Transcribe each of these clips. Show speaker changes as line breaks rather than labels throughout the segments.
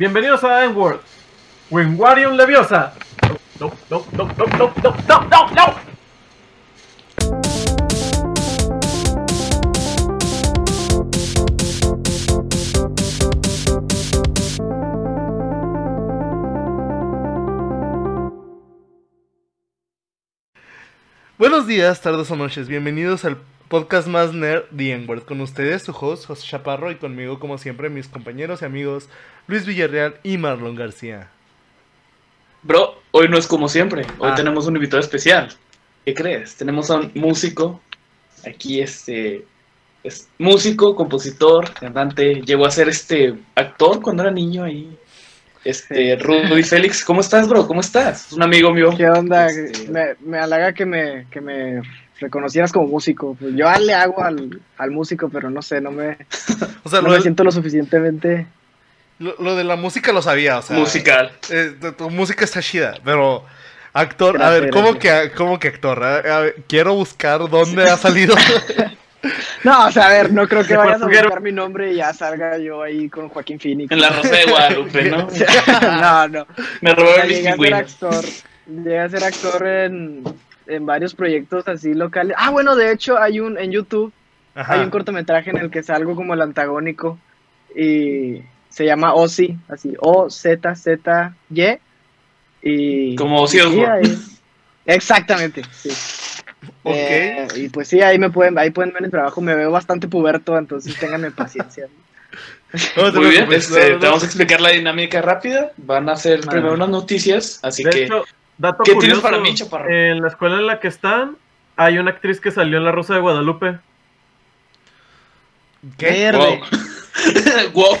Bienvenidos a Endworld. Winwarium Leviosa. No, no, no, no, no, no, no, no, no.
Buenos días, tardes o noches, bienvenidos al podcast más nerd The N-Word. Con ustedes, su host, José Chaparro, y conmigo, como siempre, mis compañeros y amigos Luis Villarreal y Marlon García.
Bro, hoy no es como siempre. Hoy
Ah.
tenemos un invitado especial. ¿Qué crees? Tenemos a un músico. Aquí este es músico, compositor, cantante. Llegó a ser este actor cuando era niño ahí. Este Rudy Félix, ¿cómo estás, bro? ¿Cómo estás? Es un amigo mío.
¿Qué onda?
Este-
Me, me halaga que me, que me reconocieras como músico. Pues yo le hago al, al músico, pero no sé, no me,
O sea,
no
lo,
me siento lo suficientemente.
lo- lo de la música lo sabía, o sea.
musical.
eh, tu, tu música está chida, pero. Actor, a
Gracias,
ver, ¿cómo que, ¿cómo que actor? A- a ver, quiero buscar dónde ha salido.
No, o sea, a ver, no creo que
Se
vayas a
conjugaron.
buscar mi nombre y ya salga yo ahí con Joaquín Phoenix.
En la Rosa de Guadalupe, ¿no?
no, no.
Me
O
robaron
sea,
mis
llegué a ser
pingüinos.
actor, llegué a ser actor en, en varios proyectos así locales. Ah, bueno, de hecho hay un en YouTube
Ajá.
Hay un cortometraje en el que salgo como el antagónico y se llama Ozzy, así O Z Z Y y
Como Ozzy
y
Osbourne.
ahí- Exactamente, sí.
Ok.
Eh, y pues sí, ahí me pueden ahí pueden ver el trabajo, me veo bastante puberto, entonces ténganme paciencia.
No te
Muy bien,
preocupes,
este,
no, no,
te vamos a explicar la dinámica rápida. Van a hacer
Vale.
primero unas noticias, así
De
que
hecho, dato
¿qué
curioso.
tienes para mí, chaparro?
En la escuela en la que están, hay una actriz que salió en La Rosa de Guadalupe.
¿Qué?
Verde.
wow.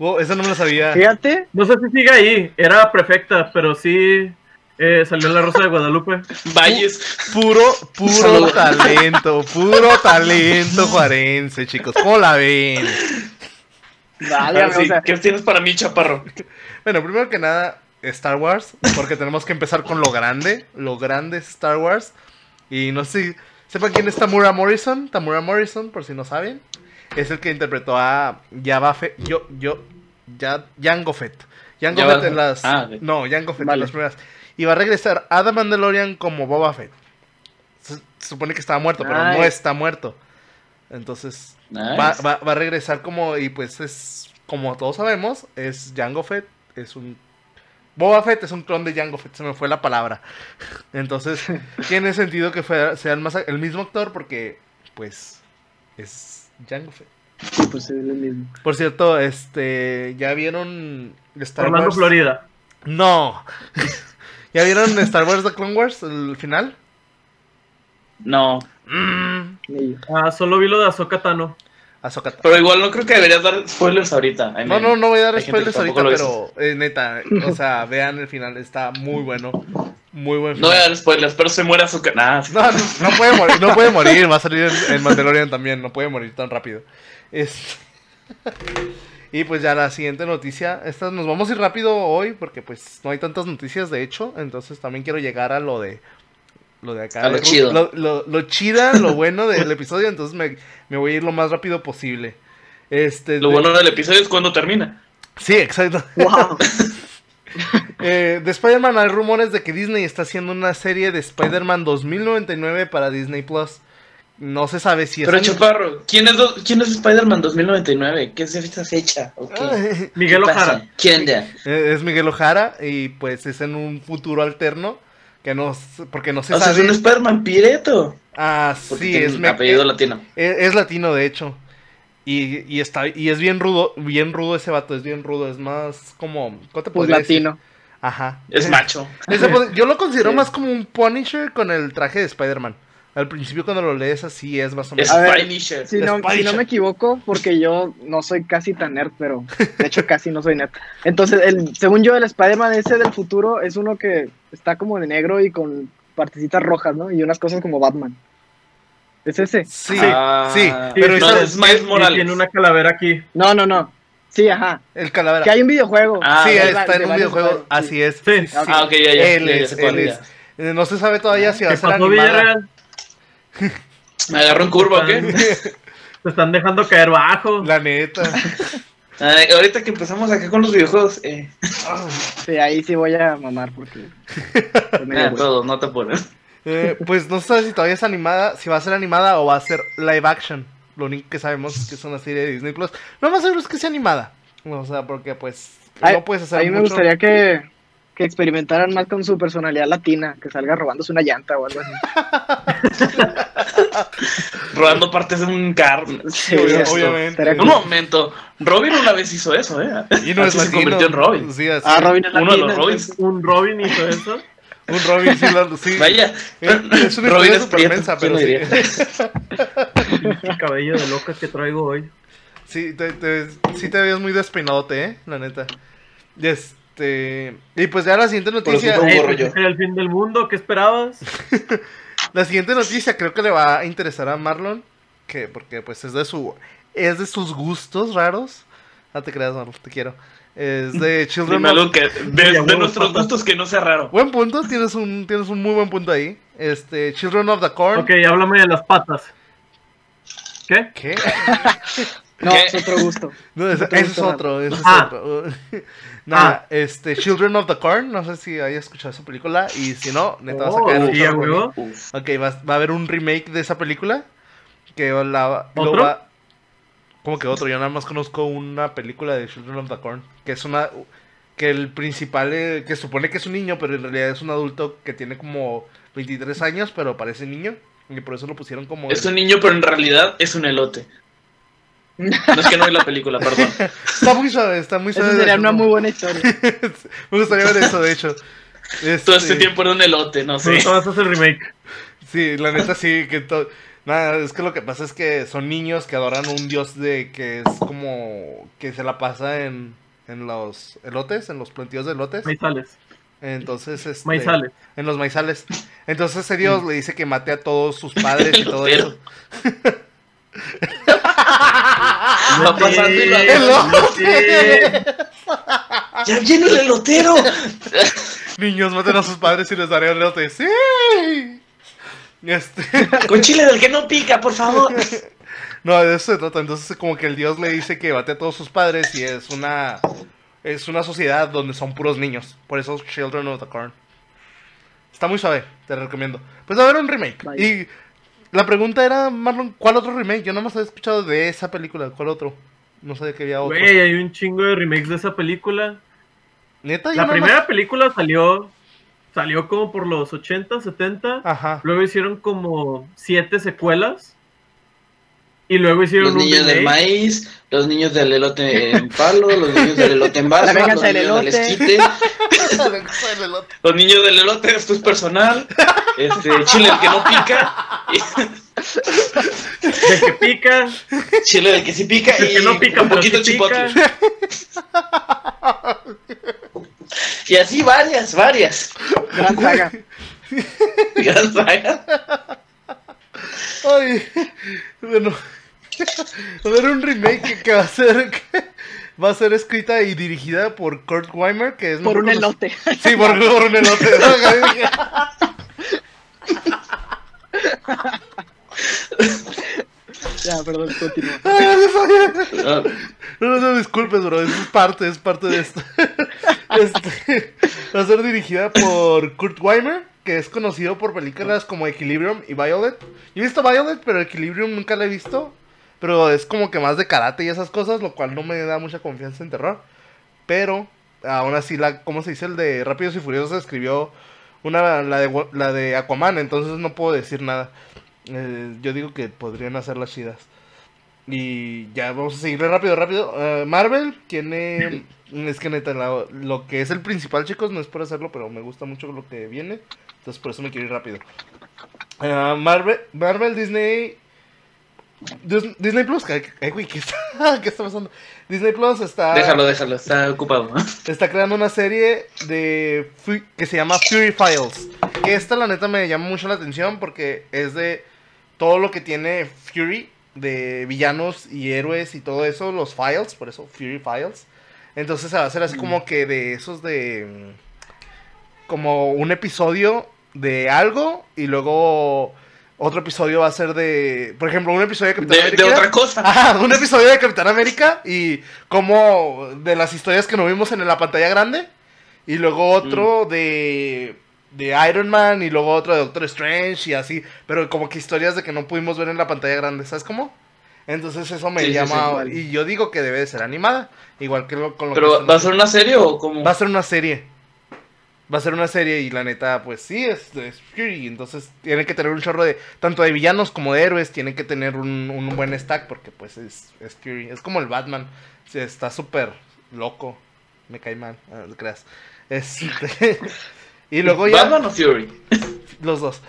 Uh. Wow, esa no me la sabía.
Fíjate,
No sé si sigue ahí. Era perfecta, pero sí eh, salió en La Rosa de Guadalupe.
Valles.
Puro, puro
Saludos.
talento, puro talento juarense, chicos. ¿Cómo la ven?
vale,
Ahora sí,
o sea,
¿Qué tienes para mí, chaparro?
Bueno, primero que nada, Star Wars, porque tenemos que empezar con lo grande, lo grande es Star Wars. Y no sé, si sepan quién es Tamura Morrison, Tamura Morrison, por si no saben, es el que interpretó a Jabba Fett, yo, yo, ya, Jango Fett. Jango
Jabba
Fett en
Fett.
las,
Ah, ok.
no, Jango Fett en
Vale.
las primeras. Y va a regresar a The Mandalorian como Boba Fett. Se, se supone que estaba muerto, pero no
Nice.
está muerto. Entonces, Va, va- va a regresar como, y pues es, como todos sabemos, es Jango Fett, es un... Boba Fett es un clon de Jango Fett, se me fue la palabra. Entonces, tiene sentido que fuera- sea el, más- el mismo actor porque, pues, es Jango Fett.
pues es lo mismo.
Por cierto, este, ¿ya vieron Star
Orlando,
Wars?
Florida.
No. ¿Ya vieron Star Wars The Clone Wars, el final?
No,
Mm,
Ni yo.
Ah, solo vi lo de Azoka Tano.
Ahsoka Tano.
pero igual no creo que deberías dar spoilers ahorita. I
No,
mean,
no, no voy a dar
hay gente que
spoilers ahorita,
tampoco
pero eh, neta, o sea, vean el final, está muy bueno. Muy buen
No voy a
final.
dar spoilers, pero se muera su canal.
No, no, no puede morir, no puede morir, va a salir en, en Mandalorian también, no puede morir tan rápido. Es- Y pues ya la siguiente noticia, esta nos vamos a ir rápido hoy porque pues no hay tantas noticias de hecho, entonces también quiero llegar a lo de lo de acá.
A lo
de Ru-
chido.
Lo, lo- lo chida, lo bueno del episodio, entonces me, me voy a ir lo más rápido posible. Este,
Lo
de-
bueno del episodio es cuando termina.
Sí, exacto.
Wow. pues
Eh, de Spider-Man hay rumores de que Disney está haciendo una serie de Spider-Man 2099 para Disney Plus. No se sabe si
Pero
es. un-
Chaparro, ¿quién es, do- ¿quién es Spider-Man 2099? ¿Qué es esta fecha? ¿O qué?
Eh,
Miguel
¿Qué pasa?
Ojara.
¿Quién da?
es Miguel Ojara y pues es en un futuro alterno que no s- porque no se
O sea, Ah, es
sabe.
un Spider-Man pireto.
Ah,
Porque
sí,
tiene
es,
un
me-
apellido
eh,
latino.
es, latino de hecho. Y, y está y es bien rudo, bien rudo ese vato, es bien rudo, es más como ¿cómo te
Pues
podría decir?
latino.
Ajá.
Es macho.
Ese pod- yo lo considero
Sí.
más como un Punisher con el traje de Spider-Man. Al principio cuando lo lees así es más o
Es
menos.
A ver,
Punisher.
Si no,
Spider.
si no me equivoco, porque yo no soy casi tan nerd, pero de hecho casi no soy nerd. Entonces, el, según yo, el Spider-Man ese del futuro es uno que está como de negro y con partecitas rojas, ¿no? Y unas cosas como Batman. Es ese.
Sí,
Ah,
sí,
sí,
pero
no,
esa-
es Miles
Y
Morales.
tiene una calavera aquí.
No, no, no. Sí, ajá.
el calavera.
Que hay un videojuego.
Ah,
sí,
de
hay
está
va- de
en un
varios
videojuego,
juegos, sí.
así es.
Sí.
Ah,
Ah, ok, ya, ya.
Él
ya, ya
es,
sé cuál,
él
ya.
es. Eh, No se sabe todavía si va a
¿Qué
ser
pasó,
animada.
Villarreal?
¿Me agarró en curva o qué?
Se están dejando caer bajo.
La neta.
Ay, ahorita que empezamos acá con los videojuegos, eh.
Sí, ahí sí voy a mamar porque. es
Nada,
medio bueno.
Ah, todo, no te apures.
Eh, pues no sé si todavía es animada, si va a ser animada o va a ser live action. Lo único que sabemos es que es una serie de Disney Plus. Lo más seguro es que sea animada. O sea, porque pues
Ay,
no puedes hacer
A mí me
mucho.
gustaría que, que experimentaran más con su personalidad latina, que salga robándose una llanta o algo así.
Robando partes de un carro.
Sí,
obvio-
esto.
obviamente.
Estaría
Un
cool.
momento, Robin una vez hizo eso, ¿eh?
Y no es
Así se
latino.
convirtió en Robin.
Sí, así.
Ah, Robin es
Uno de
latino,
los Robins.
Un Robin hizo eso.
Un Robin sí, lo- sí.
Vaya,
Eh, Es una
Robin
historia
es
súper
prieto,
mensa, pero
¿quién lo
sí.
diría?
Pinche cabello de locas que traigo hoy.
Sí, te, te- sí te ves muy despeinote, eh, la neta. Y este. Y pues ya la siguiente noticia.
Un
Ey,
gorro
pues,
yo.
Era el fin del mundo, ¿qué esperabas?
La siguiente noticia creo que le va a interesar a Marlon. Que, porque pues es de su. Es de sus gustos raros. No te creas, Marlon, te quiero. Es de Children
Dime
of
algo que de,
Ya,
de
huevo,
nuestros
papá.
gustos que no sea raro.
Buen punto, tienes un, tienes un muy buen punto ahí. Este, Children of the Corn.
Ok, háblame de las patas. ¿Qué?
¿Qué?
No,
¿Qué?
es otro gusto.
No, ese,
Otro
ese es
gusto raro.
otro, ese es
Ah.
otro. Nada, este, Children of the Corn, no sé si hayas escuchado esa película, y si no, neta vas a
Oh,
caer. en
sí, a
todo.
huevo.
Uf.
Ok, va, va a haber un remake de esa película, que la... lo
¿Otro?
va- ¿Cómo que otro? Yo nada más conozco una película de Children of the Corn, que es una... que el principal, eh, que supone que es un niño, pero en realidad es un adulto que tiene como 23 años, pero parece niño, y por eso lo pusieron como...
Es un niño, pero en realidad es un elote. No es que no vi la película, perdón.
Está muy suave, está muy suave.
Esa sería
de
una
hecho,
muy buena historia.
Me gustaría ver eso, de hecho.
Todo este
Este,
tiempo era un elote, no sé.
Sobre todo eso es el remake.
Sí, la neta sí, que to- Nada, es que lo que pasa es que son niños que adoran a un dios de que es como que se la pasa en, en los elotes, en los plantíos de elotes.
Maizales.
Entonces, este,
Maizales. Mm.
En los maizales. Entonces ese dios le dice que mate a todos sus padres y todo
Elotero.
eso.
Va pasando y lo agarra.
¡Elote!
¡Ya viene el elotero!
Niños, maten a sus padres y les daré elotes. ¡Sí! Este.
Con chile del que no pica, por favor.
No, de eso se trata. Entonces, como que el dios le dice que bate a todos sus padres y es una. Es una sociedad donde son puros niños. Por eso es Children of the Corn. Está muy suave, te lo recomiendo. Pues va a haber un remake.
Vaya.
Y la pregunta era, Marlon, ¿cuál otro remake? Yo nomás había escuchado de esa película. ¿Cuál otro? No sabía que había otro.
Güey, hay un chingo de remakes de esa película.
Neta, yo
La
nomás-
primera película salió salió como por los 80, 70.
Ajá.
Luego hicieron como siete secuelas. Y luego hicieron
Los
un
niños del
remake.
maíz, los niños del elote en palo, los niños del elote en
La
barba, los
venganza
niños
del
del
elote.
esquite, los niños del elote, esto es personal, este, chile del que no pica,
De que pica,
y- chile del que sí pica
de
y
que no pica,
un
pero
poquito
sí pica.
chipotle. Y así varias, varias.
Gran saga.
Ya sabes.
Ay, bueno. Va a haber un remake que, que va a ser. que va a ser escrita y dirigida por Kurt Weimer, que es
Por
mejor
un
conocido-
elote.
Sí, por, por un elote. Ah,
Ya, perdón, continúa.
No,
Ah, No, no, no, disculpes, bro. Es parte, es parte de esto. Este, va a ser dirigida por Kurt Weimer, que es conocido por películas como Equilibrium y Violet. Yo he visto Violet, pero Equilibrium nunca la he visto. Pero es como que más de karate y esas cosas, lo cual no me da mucha confianza en terror. Pero, aún así, la, ¿cómo se dice? El de Rápidos y Furiosos escribió una, la, de, Wa- la de Aquaman, entonces no puedo decir nada. Eh, yo digo que podrían hacer las chidas. Y ya vamos a seguirle rápido, rápido. Eh, Marvel tiene. Es que neta, la- lo que es el principal, chicos, no es por hacerlo, pero me gusta mucho lo que viene. Entonces por eso me quiero ir rápido. Eh, Marvel, Marvel, Disney. Dis- Disney Plus, ay, ay, güey, ¿qué está, ¿qué está pasando? Disney Plus
Ah.
está,
Déjalo, déjalo, está ocupado.
está creando una serie de Fu- que se llama Fury Files. Que esta, la neta, me llama mucho la atención porque es de todo lo que tiene Fury de villanos y héroes y todo eso, los files, por eso Fury Files. Entonces se va a hacer así como que de esos de mm, como un episodio de algo y luego Otro episodio va a ser de. Por ejemplo, un episodio de Capitán
De, de
América.
otra cosa.
Ajá, un episodio de Capitán América y como de las historias que nos vimos en la pantalla grande. Y luego otro
Mm.
de, de Iron Man y luego otro de Doctor Strange y así. Pero como que historias de que no pudimos ver en la pantalla grande, ¿sabes cómo? Entonces eso me
Sí, sí,
llama...
sí, vale.
Y yo digo que debe de ser animada. Igual que lo- con lo que...
Pero
son
¿va a
las-
ser una serie o cómo?
Va a ser una serie. Va a ser una serie y la neta, pues sí, es, es Fury. Entonces tiene que tener un chorro de. Tanto de villanos como de héroes. Tiene que tener un, un buen stack porque, pues, es, es Fury. Es como el Batman. se está súper loco. Me cae mal. ah, no te creas. Este, y luego ya.
¿Batman o Fury?
Los dos.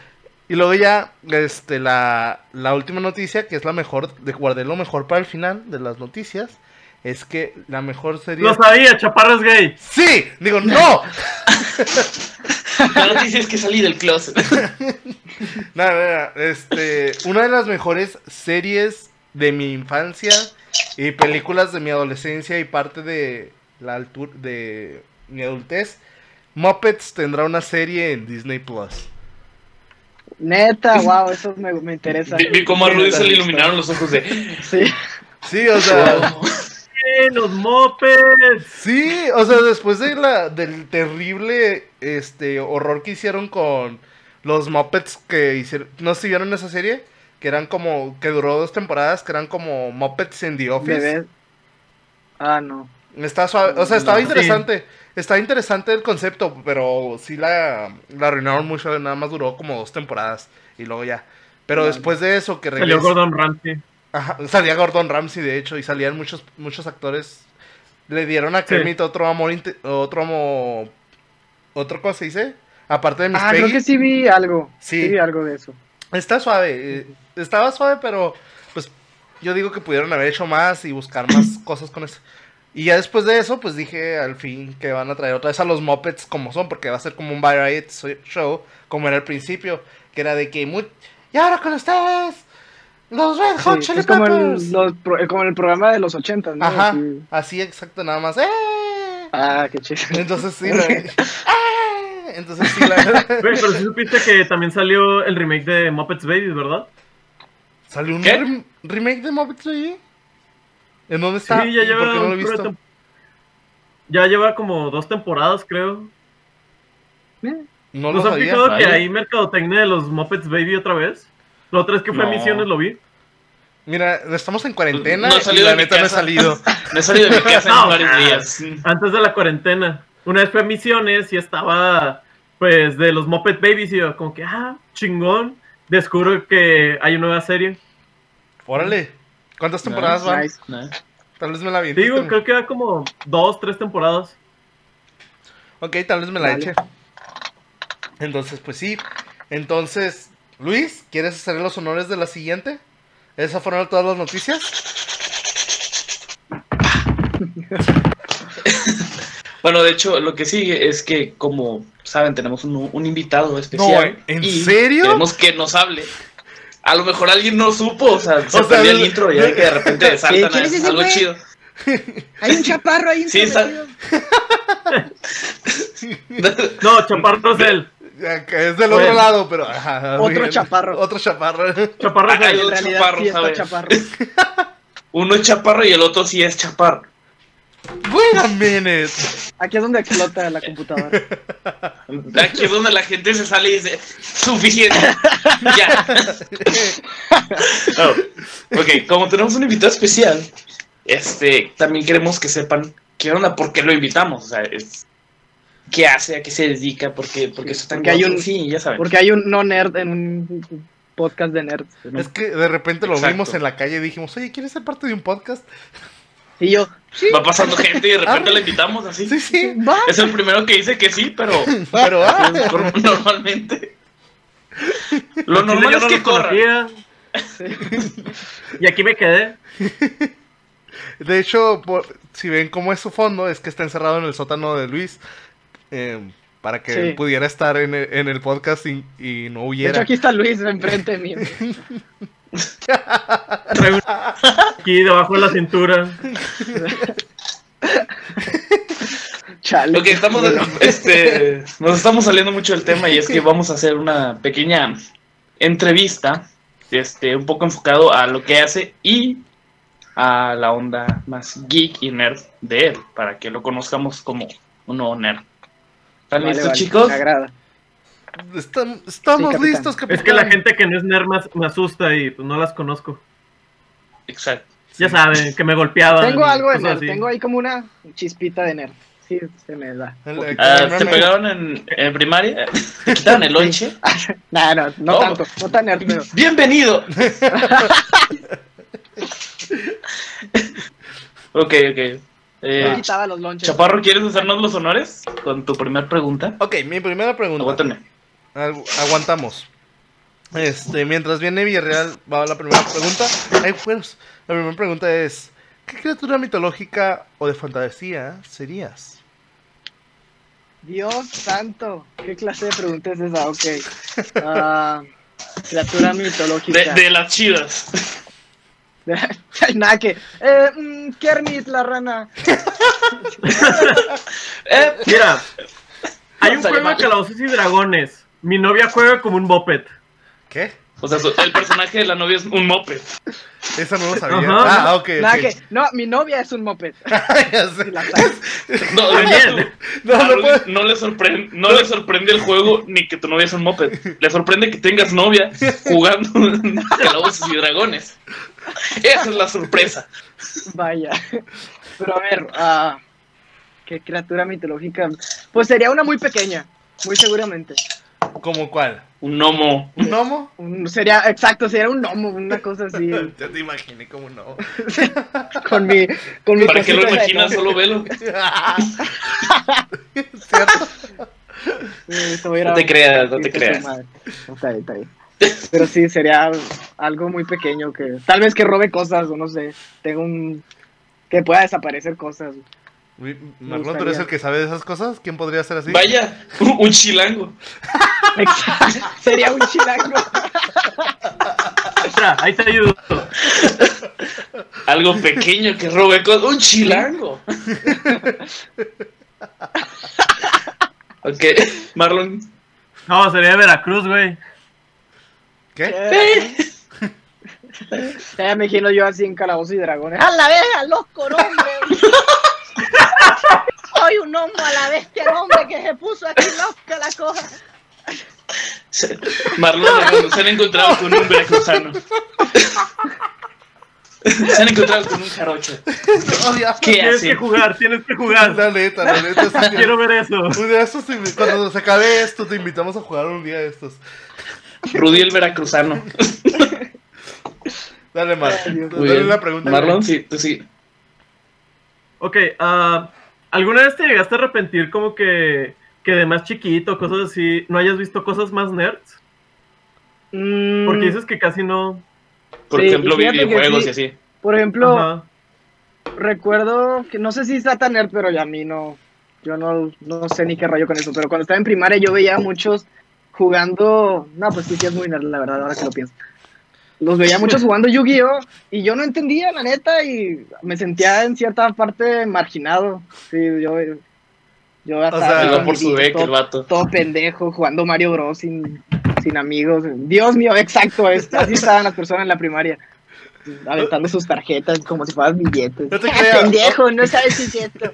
Y luego ya, este, la, la última noticia, que es la mejor. De, guardé lo mejor para el final de las noticias. Es que la mejor serie.
Lo sabía, Chaparro es gay.
¡Sí! Digo, ¡no!
La noticia es que salí del closet.
No, no, no, Este, una de las mejores series de mi infancia y películas de mi adolescencia y parte de la altura de mi adultez. Muppets tendrá una serie en Disney Plus.
Neta, wow, eso me, me interesa.
Vi, vi cómo a Rudy se le iluminaron los ojos de...
Sí.
Sí, o sea,
"Wow".
¡Eh, los mopeds!
sí, o sea, después de la, del terrible este horror que hicieron con los Muppets que hicieron, no sé si vieron esa serie, que eran como que duró dos temporadas, que eran como Muppets in the Office.
Bebé. Ah, no.
Está suave, o sea, estaba
Mm, Sí.
interesante. Está interesante el concepto, pero sí la, la arruinaron mucho. Nada más duró como dos temporadas y luego ya. Pero
Vale.
después de eso, que
Salió
regresó.
Gordon Ramsay.
Ajá, salía Gordon Ramsay, de hecho, y salían muchos, muchos actores. Le dieron a
Sí.
Kermit otro amor. inte- Otro amo- Otro, ¿cómo se dice? Aparte de mis
Ah, creo que sí vi algo.
Sí.
Sí. vi algo de eso.
Está suave. eh, Estaba suave, pero pues yo digo que pudieron haber hecho más y buscar más cosas con eso. Y ya después de eso, pues dije al fin que van a traer otra vez a los Muppets como son, porque va a ser como un variety so- show, como era al principio, que era de que muy... Y ahora con ustedes, los Red
Sí,
Hot Chili
es como
Peppers.
el, los pro- como el programa de los 80, ¿no?
Ajá,
Sí.
así exacto, nada más. ¡eh!
Ah, qué chido.
Entonces sí, la... ¡Ah! Entonces sí, la...
Güey, pero sí supiste que también salió el remake de Muppets Babies, ¿verdad?
¿Salió un
¿Qué?
rem- remake de Muppets Baby? ¿En dónde está?
sí, ya
¿Y
lleva.
¿Por qué no lo he
un puro
visto?
tem- Ya lleva como dos temporadas, creo.
No
¿Nos
lo
han
sabía.
fijado que
Vaya.
hay mercadotecnia de los Muppets Baby otra vez? La otra vez que fue a
No.
Misiones lo vi.
Mira, estamos en cuarentena
No he
y
salido
la
de mi
neta no he
casa.
salido.
No he salido de mi casa
No,
en varios
nada.
días.
Antes de la cuarentena. Una vez fue a Misiones y estaba, pues, de los Muppet Babies. Y yo, como que, ah, chingón. Descubro que hay una nueva serie.
Órale. ¿Cuántas temporadas van?
Nice.
No.
Tal vez me la vi.
Digo, creo que va como dos, tres temporadas.
Ok, tal vez me la
Vale.
eche. Entonces, pues sí. Entonces, Luis, ¿quieres hacer los honores de la siguiente? ¿Esas fueron todas las noticias?
Bueno, de hecho, lo que sigue es que, como saben, tenemos un, un invitado especial.
No, ¿en
y
serio?
Queremos que nos hable. A lo mejor alguien no supo, o sea, se
sea,
perdió el
el-
intro y hay que de repente saltan
¿quién es ese
algo
güey?
chido.
Hay un chaparro ahí.
Sí, está-
intrometido.
No, Chaparro es él.
Ya Eh, que Es del otro
Bueno.
lado, pero. ajá,
Otro
bien.
chaparro.
Otro chaparro.
Chaparro es
Ay,
él.
En
un
realidad
chaparro,
sí está
¿sabes?
chaparro.
Uno es chaparro y el otro sí es chaparro.
Wait a minute.
Aquí es donde explota la computadora.
Aquí es donde la gente se sale y dice, suficiente. ya. No. Oh, Ok, como tenemos un invitado especial, este, también queremos que sepan qué onda, por qué lo invitamos. O sea, es- qué hace, a qué se dedica, por qué, por qué está tan
Porque hay
guapo.
un-
Sí, ya saben.
Porque hay un no nerd en un podcast de nerds.
Pues,
Es que de repente lo
Exacto.
vimos en la calle y dijimos, oye, ¿quieres ser parte de un podcast?
Y yo,
Va pasando gente y de repente
Arre.
lo invitamos así.
Sí, sí.
va.
Es el primero que dice que sí, pero
Pero, ah,
por- normalmente. Lo
Al chile
normal
yo
es
no
que
los
corra.
conocía. Y aquí me quedé.
de hecho, por- si ven cómo es su fondo, es que está encerrado en el sótano de Luis. eh, para que
Sí.
él pudiera estar en el, en el podcast y, y no
De hecho,
huyera.
aquí está Luis enfrente mío.
Traigo un- Aquí debajo de la cintura.
Chale.
Lo que estamos, este, nos estamos saliendo mucho del tema y es que vamos a hacer una pequeña entrevista, este, un poco enfocado a lo que hace y a la onda más geek y nerd de él, para que lo conozcamos como un nuevo nerd. ¿Están
Vale,
listos,
vale,
chicos?
Me agrada.
Estam- estamos
Sí, capitán.
listos, capitán.
Es que la gente que no es nerd más- me asusta y pues no las conozco.
Exacto.
Ya saben, que me golpeaban.
Tengo algo de
cosas
nerd,
así.
tengo ahí como una chispita de nerd. Sí, se me da.
El- el-
Ah,
el-
¿Te
el-
pegaron en, en primaria? ¿Te quitaron el lonche?
Ah, Nah, no, no
No.
tanto, no tan nerd, pero
¡Bienvenido! ok, ok.
yo
Eh,
quitaba los lonches.
Chaparro, ¿quieres hacernos los honores con tu primer pregunta?
Ok, mi primera pregunta.
Aguántame.
Agu- aguantamos. Este, mientras viene Villarreal, va la primera pregunta. Ay, juegos. La primera pregunta es: ¿Qué criatura mitológica o de fantasía serías?
Dios santo, ¿qué clase de pregunta es esa? Ok. Ah, criatura
De,
mitológica.
de las chidas.
Nada que. Eh, mm, Kermit la rana.
Eh,
Mira, hay un juego
sale
de
mal.
calabozos y dragones. Mi novia juega como un bopet.
¿Qué?
o sea, su- el personaje de la novia es un moped.
Esa no lo sabía.
Ajá.
Ah, ok.
Nada
ok.
que. No, mi novia es un moped.
Ya sé.
La Ah, sabes.
No, de hecho,
También.
No,
a
no
Rudy
puedo.
no le sorprende, no le sorprende el juego ni que tu novia es un moped. Le sorprende que tengas novia jugando calabozos y dragones. Esa es la sorpresa.
Vaya. Pero a ver, ah, qué criatura mitológica. Pues sería una muy pequeña, muy seguramente.
¿Cómo cuál?
Un gnomo.
¿Un gnomo?
Un- sería, exacto, sería un gnomo, una cosa así.
Ya te imaginé como un gnomo.
con mi. Con mi
Para que lo
cosita de
imaginas,
gnomo.
solo velo.
¿Cierto?
Sí, te voy a ir
No
a-
te creas, no
Sí,
te
sí,
creas.
madre. Está bien, está bien. Pero sí, sería algo muy pequeño que tal vez que robe cosas o no sé. Tengo un que pueda desaparecer cosas.
Marlon, ¿tú eres
gustaría.
el que sabe de esas cosas? ¿Quién podría ser así?
Vaya, un chilango.
Exacto. sería un chilango.
Mira, ahí te ayudo.
Algo pequeño que robe cosas. Un chilango. ok, Marlon.
No, sería de Veracruz, güey.
¿Qué?
Ya me imagino yo así en calabozos y dragones. ¡A la vez, loco, hombre! Soy un homo a la bestia, hombre, que se puso aquí loca la cosa.
Marlon Hernández, se han encontrado con un veracruzano. se han encontrado con un jarocho.
Oh, Dios.
¿Qué
Tienes
hace?
que jugar, tienes que jugar.
La neta, la neta. sí,
Quiero ver eso.
Un día estos te invi- cuando nos acabe esto, te invitamos a jugar un día de estos.
Rudy el veracruzano.
Dale, Mar.
Ay, Dios.
Dale la pregunta.
Marlon, sí, tú sí.
Ok, ah, ¿alguna vez te llegaste a arrepentir como que, que de más chiquito, cosas así, no hayas visto cosas más nerds?
Mm,
Porque dices que casi no.
Por
Sí,
ejemplo,
y fíjate que
videojuegos
sí.
y así.
Por ejemplo,
Ajá.
recuerdo que no sé si está tan nerd, pero ya a mí no. Yo no, no sé ni qué rayo con eso. Pero cuando estaba en primaria, yo veía a muchos jugando. No, pues sí, sí es muy nerd, la verdad, ahora que lo pienso. Los veía muchos jugando Yu-Gi-Oh! y yo no entendía, la neta, y me sentía en cierta parte marginado. Sí, yo. Yo hasta-
sea,
yo
Iba por su beca
todo,
el vato.
todo pendejo, jugando Mario Bros. sin, sin amigos. Dios mío, exacto, es, así estaban las personas en la primaria. Aventando sus tarjetas como si fueran billetes.
No te creas.
Pendejo, no sabes si es cierto.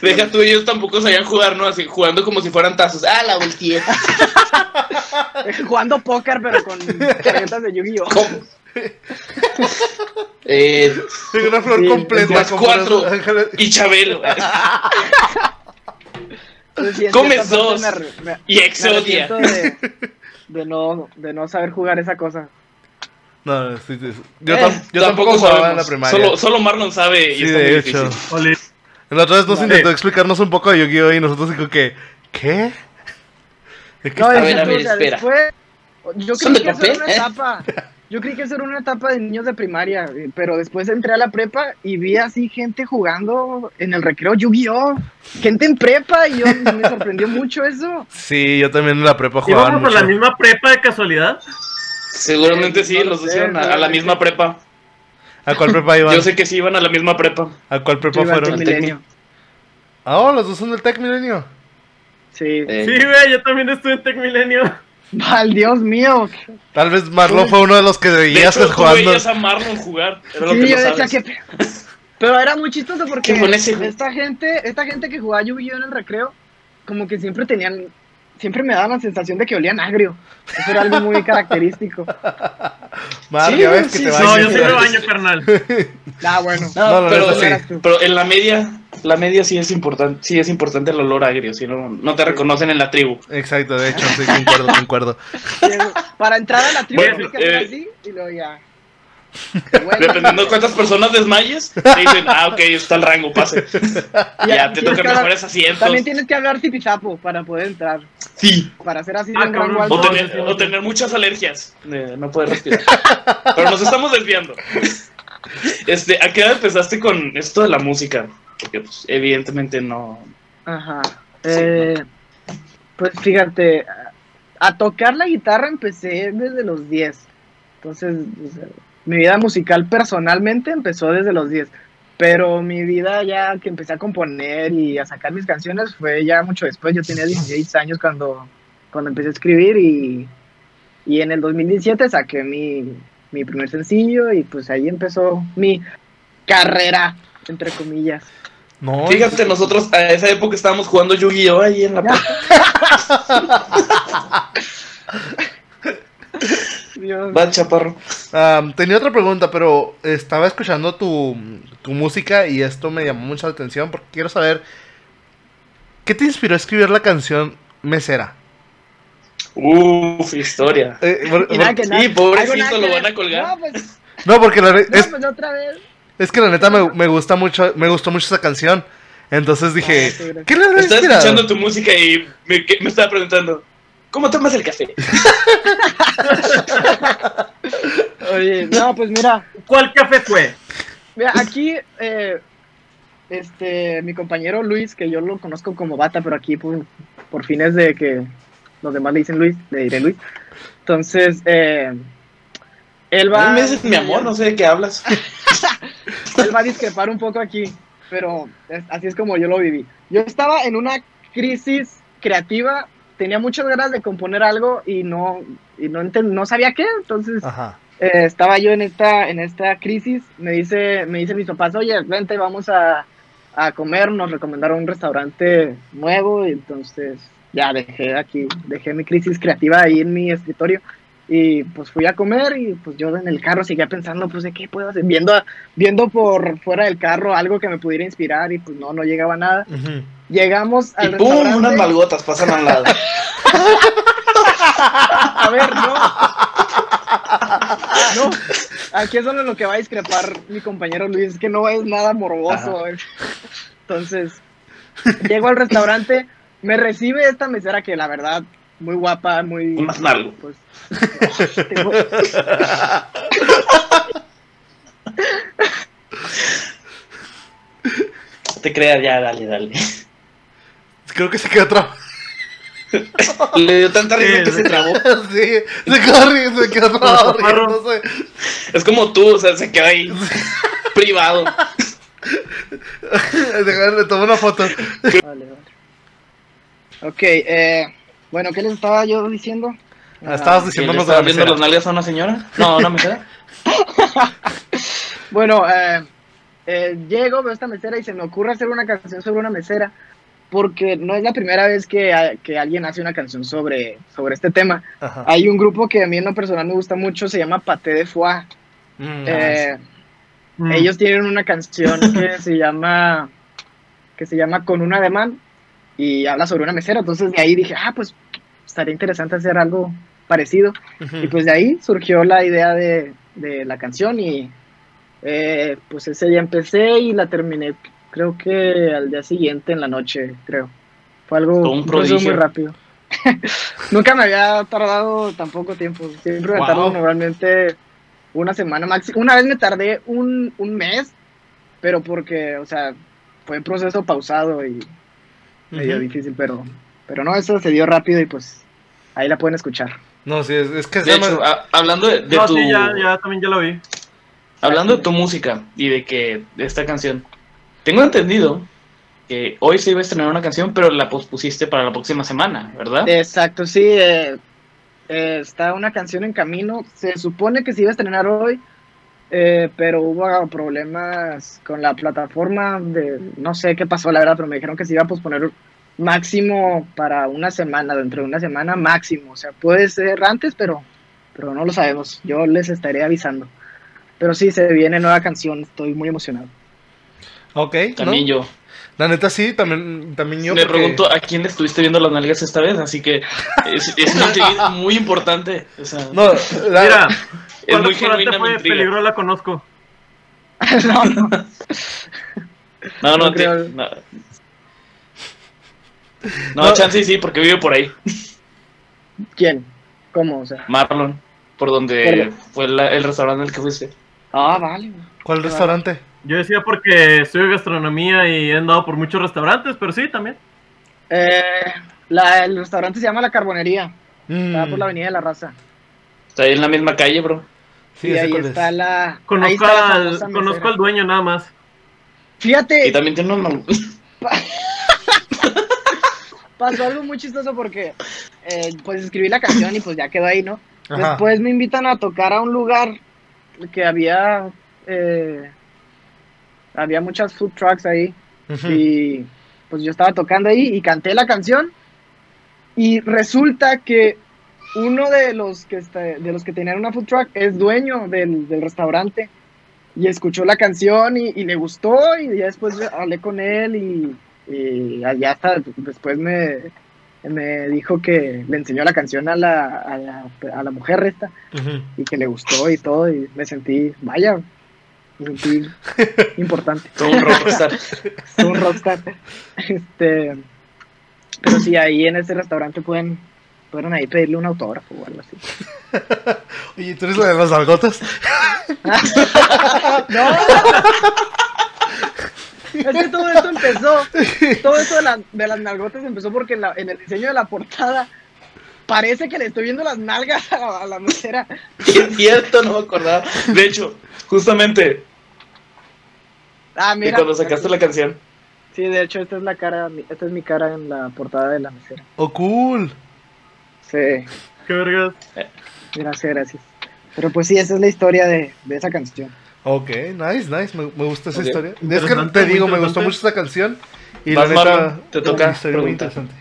Deja tú, ellos tampoco sabían jugar, ¿no? Así, jugando como si fueran tazos. Ah, la volteé.
Jugando póker, pero con tarjetas de Yu-Gi-Oh!
¿Cómo? Eh,
Tengo una flor
Sí,
completa.
más
con
cuatro.
puros ángeles.
y Chabelo.
Entonces, sí, en
Comes
cierta parte
dos.
me arre- me-
Y
me
Exodia.
arrepiento de, de no, de no saber jugar esa cosa.
No, no, sí, sí, sí. Yo,
Eh,
tam- yo tampoco jugaba en la primaria.
Solo, solo Marlon sabe y
sí,
está muy
de hecho.
difícil.
Oli.
La otra vez nos
Vale.
intentó explicarnos un poco de Yu-Gi-Oh! y nosotros dijo que. ¿Qué? ¿De qué
No,
está-
A ver,
deja
a
tú,
ver,
o sea,
espera.
después- yo
¿Son
creí que
de
eso era una
papel, eh?
etapa. Yo creí que eso era una etapa de niños de primaria, eh, pero después entré a la prepa y vi así gente jugando en el recreo Yu-Gi-Oh! Gente en prepa y yo me sorprendió mucho eso.
Sí, yo también en la prepa jugaba
¿Íbamos a
mucho.
la misma prepa de casualidad?
Seguramente
Eh,
sí,
no lo
los dos
sé,
iban a, a la
seguramente.
misma prepa.
¿A cuál prepa iban?
Yo sé que sí iban a la misma prepa.
¿A cuál prepa
Yo iba al
fueron?
Tec Milenio.
Ah, oh, los dos son del Tech Milenio.
Sí.
Sí, güey, yo también estuve en Tech Milenio.
Mal, Dios mío.
Tal vez Marlon fue uno de los que
De
veías
hecho, tú
jugando.
veías a Marlon jugar. Era lo
Sí,
que
yo
no
decía
sabes.
que. pe- Pero era muy chistoso porque
¿Qué con ese, güey?
esta gente, esta gente que jugaba Yu-Gi-Oh en el recreo, como que siempre tenían, siempre me daban la sensación de que olían agrio. Eso era algo muy característico.
Mar,
Sí,
ya ves que
sí,
te
sí,
bañas.
No,
Ay,
yo sí me
Dios.
baño, carnal.
Ah, bueno.
No,
No, la
pero,
neta sí.
eras tú.
pero en la media, la media sí es importante, sí es importante el olor agrio, si no, no te reconocen en la tribu.
Exacto, de hecho, sí, concuerdo, concuerdo.
Para entrar a la tribu
Bueno,
tienes que hacer
eh,
así y luego ya. Te huele.
Dependiendo de cuántas personas desmayes, te dicen, ah, ok, está el rango, pase.
Y
Ya, te
así tienes que
tocan
hablar-
mejores asientos.
También tienes que hablar tipizapo para poder entrar.
Sí.
Para hacer así
Ah,
de un rango
cabrón.
O
alto.
Vos-
tener, o tener muchas alergias. de no poder respirar. Pero nos estamos desviando. Este, ¿a qué edad empezaste con esto de la música? Porque pues, evidentemente no.
Ajá. Eh, Pues fíjate, a- a tocar la guitarra empecé desde los 10. Entonces, o sea, mi vida musical personalmente empezó desde los 10. Pero mi vida ya que empecé a componer y a sacar mis canciones fue ya mucho después. Yo tenía 16 años cuando, cuando empecé a escribir y, y en el 2017 saqué mi, mi primer sencillo y pues ahí empezó mi carrera, entre comillas.
No,
Fíjate, nosotros a esa época estábamos jugando Yu-Gi-Oh! ahí en la. prepa.
Dios
Va, chaparro.
Am, ah, tenía otra pregunta, pero estaba escuchando tu, tu música y esto me llamó mucho la atención porque quiero saber ¿qué te inspiró a escribir la canción Mesera?
Uf, historia.
Eh, por-
Y nada
por-
que nada.
Sí, pobrecito,
Algo nada
lo
que
van
ver.
a colgar.
No, pues,
no, porque la, re-
no,
es,
pues otra vez.
es que la neta me, me gusta mucho, me gustó mucho esa canción. Entonces dije,
Ah, sí, gracias.
¿qué le habrá
Estaba
inspirado?
escuchando tu música y me, que- me estaba preguntando, ¿cómo tomas el café?
Oye, no, pues mira,
¿Cuál café fue?
mira aquí eh, este, mi compañero Luis, que yo lo conozco como Bata, pero aquí por, por fines de que los demás le dicen Luis, le diré Luis. Entonces, eh, él va...
A mí me dices, mi amor, no sé de qué hablas.
él va a discrepar un poco aquí, pero es- así es como yo lo viví. Yo estaba en una crisis creativa, tenía muchas ganas de componer algo y no, y no, enten- no sabía qué, entonces
Ajá.
eh, estaba yo en esta, en esta crisis, me dice, me dicen mis papás, oye, vente, vamos a, a comer, nos recomendaron un restaurante nuevo, y entonces ya dejé aquí, dejé mi crisis creativa ahí en mi escritorio, y pues fui a comer, y pues yo en el carro seguía pensando, pues, ¿de qué puedo hacer? Viendo, viendo por fuera del carro algo que me pudiera inspirar, y pues no, no llegaba nada.
Ujú.
Llegamos
Y
al
pum,
restaurante,
unas malgotas pasan al lado.
a ver, no. No, aquí es donde lo que va a discrepar mi compañero Luis, es que no es nada morboso. eh. Entonces, llego al restaurante, me recibe esta mesera que la verdad, muy guapa, muy...
Más largo.
Pues, no, tengo-
Te creas, ya, dale, dale.
Creo que se quedó trabado.
Le dio tanta risa que se trabó.
sí, se quedó, ri- se quedó trabado
Chaparro.
riéndose.
Es como tú, o sea, se queda ahí privado.
Déjame, Eh, Le tomé una foto.
vale, vale. Ok, eh, bueno, ¿qué les estaba yo diciendo?
Ah, Estabas
¿Y le
diciéndonos de la
estaba viendo
mesera.
las nalgas a una señora? No, a una mesera.
Bueno, eh, eh, llego, veo esta mesera y se me ocurre hacer una canción sobre una mesera, porque no es la primera vez que, a- que alguien hace una canción sobre, sobre este tema.
Ajá.
Hay un grupo que a mí en lo personal me gusta mucho, se llama Paté de Foie.
Mm,
Eh,
Mm.
Ellos tienen una canción que se llama que se llama Con un ademán y habla sobre una mesera, entonces de ahí dije, ah, pues estaría interesante hacer algo parecido.
ujú.
Y pues de ahí surgió la idea de, de la canción y eh, pues ese día empecé y la terminé creo que al día siguiente en la noche, creo. Fue algo
Todo un
un proceso
prodigio.
muy rápido. Nunca me había tardado tan poco tiempo. Siempre me
Wow.
tardo normalmente una semana máximo. Una vez me tardé un, un mes, pero porque, o sea, fue un proceso pausado y medio
Ujú.
difícil, pero, pero no, eso se dio rápido y pues ahí la pueden escuchar.
No, sí, es, es que
De
se llama-
hecho, ah, a- hablando de, de
No,
tu...
sí, ya, ya también ya lo vi.
Hablando de tu música y de que de esta canción, tengo entendido que hoy se iba a estrenar una canción, pero la pospusiste para la próxima semana, ¿verdad?
Exacto, sí. eh, eh, está una canción en camino. Se supone que se iba a estrenar hoy, eh, pero hubo problemas con la plataforma de no sé qué pasó la verdad, pero me dijeron que se iba a posponer máximo para una semana, dentro de una semana máximo. O sea, puede ser antes, pero, pero no lo sabemos. Yo les estaré avisando. Pero sí, se viene nueva canción, estoy muy emocionado.
Ok.
También yo.
La neta sí, también, también yo.
Me pregunto a quién le estuviste viendo las nalgas esta vez, así que es, es una intriga muy importante. O sea,
No, la-
Mira,
es
¿cuál
muy genuina mi
fue
intriga.
peligro la conozco?
no, no.
No, no,
No
te-
creo.
no. No, chance y sí, porque vive por ahí.
¿Quién? ¿Cómo? O sea.
Marlon, por donde
Perdón.
fue la- el restaurante al que fuiste.
Ah, vale. güey.
¿Cuál restaurante?
Yo decía porque estudio gastronomía y he andado por muchos restaurantes, pero sí, también.
Eh, la- el restaurante se llama La Carbonería. Está
Mm,
Ah, por la Avenida de la Raza.
Está ahí en la misma calle, bro.
sí,
y
ya sé
ahí
cuál es.
está la. ahí
Conozco,
está la
al,
famosa
conozco
mesera.
al dueño nada más.
Fíjate,
Y también tiene una mam-
pasó algo muy chistoso porque eh, pues escribí la canción y pues ya quedó ahí, ¿no?
Ajá.
Después me invitan a tocar a un lugar que había eh, había muchas food trucks ahí
Ujú.
y pues yo estaba tocando ahí y canté la canción y resulta que uno de los que está- de los que tenían una food truck es dueño del, del restaurante y escuchó la canción y, y le gustó y ya después yo hablé con él y, y allá hasta después me, me dijo que le enseñó la canción a la, a la, a la mujer esta
Ujú.
y que le gustó y todo y me sentí vaya me sentí importante
todo un rockstar.
todo un rockstar. Este, pero sí, ahí en ese restaurante pueden, pueden ahí pedirle un autógrafo o algo así.
Oye, ¿tú eres la de las algotas?
Es que todo esto empezó, todo esto de, la- de las nalgotas empezó porque en, la- en el diseño de la portada parece que le estoy viendo las nalgas a la, a la mesera.
Sí, es cierto, no me acordaba. De hecho, justamente,
Ah,
de
mira.
cuando sacaste la canción,
Sí, de hecho, esta es la cara, esta es mi cara en la portada de la mesera.
Oh, cool.
Sí,
Qué vergas.
gracias, gracias. Pero pues sí, esa es la historia de, de esa canción.
Ok, nice, nice. Me, me gusta esa
Ok.
historia. Es que
Interesante,
te
muy
digo, me
interesante.
gustó mucho esta canción. Y
Vas,
la neta,
Marlon, te toca
una historia muy
preguntar.
interesante.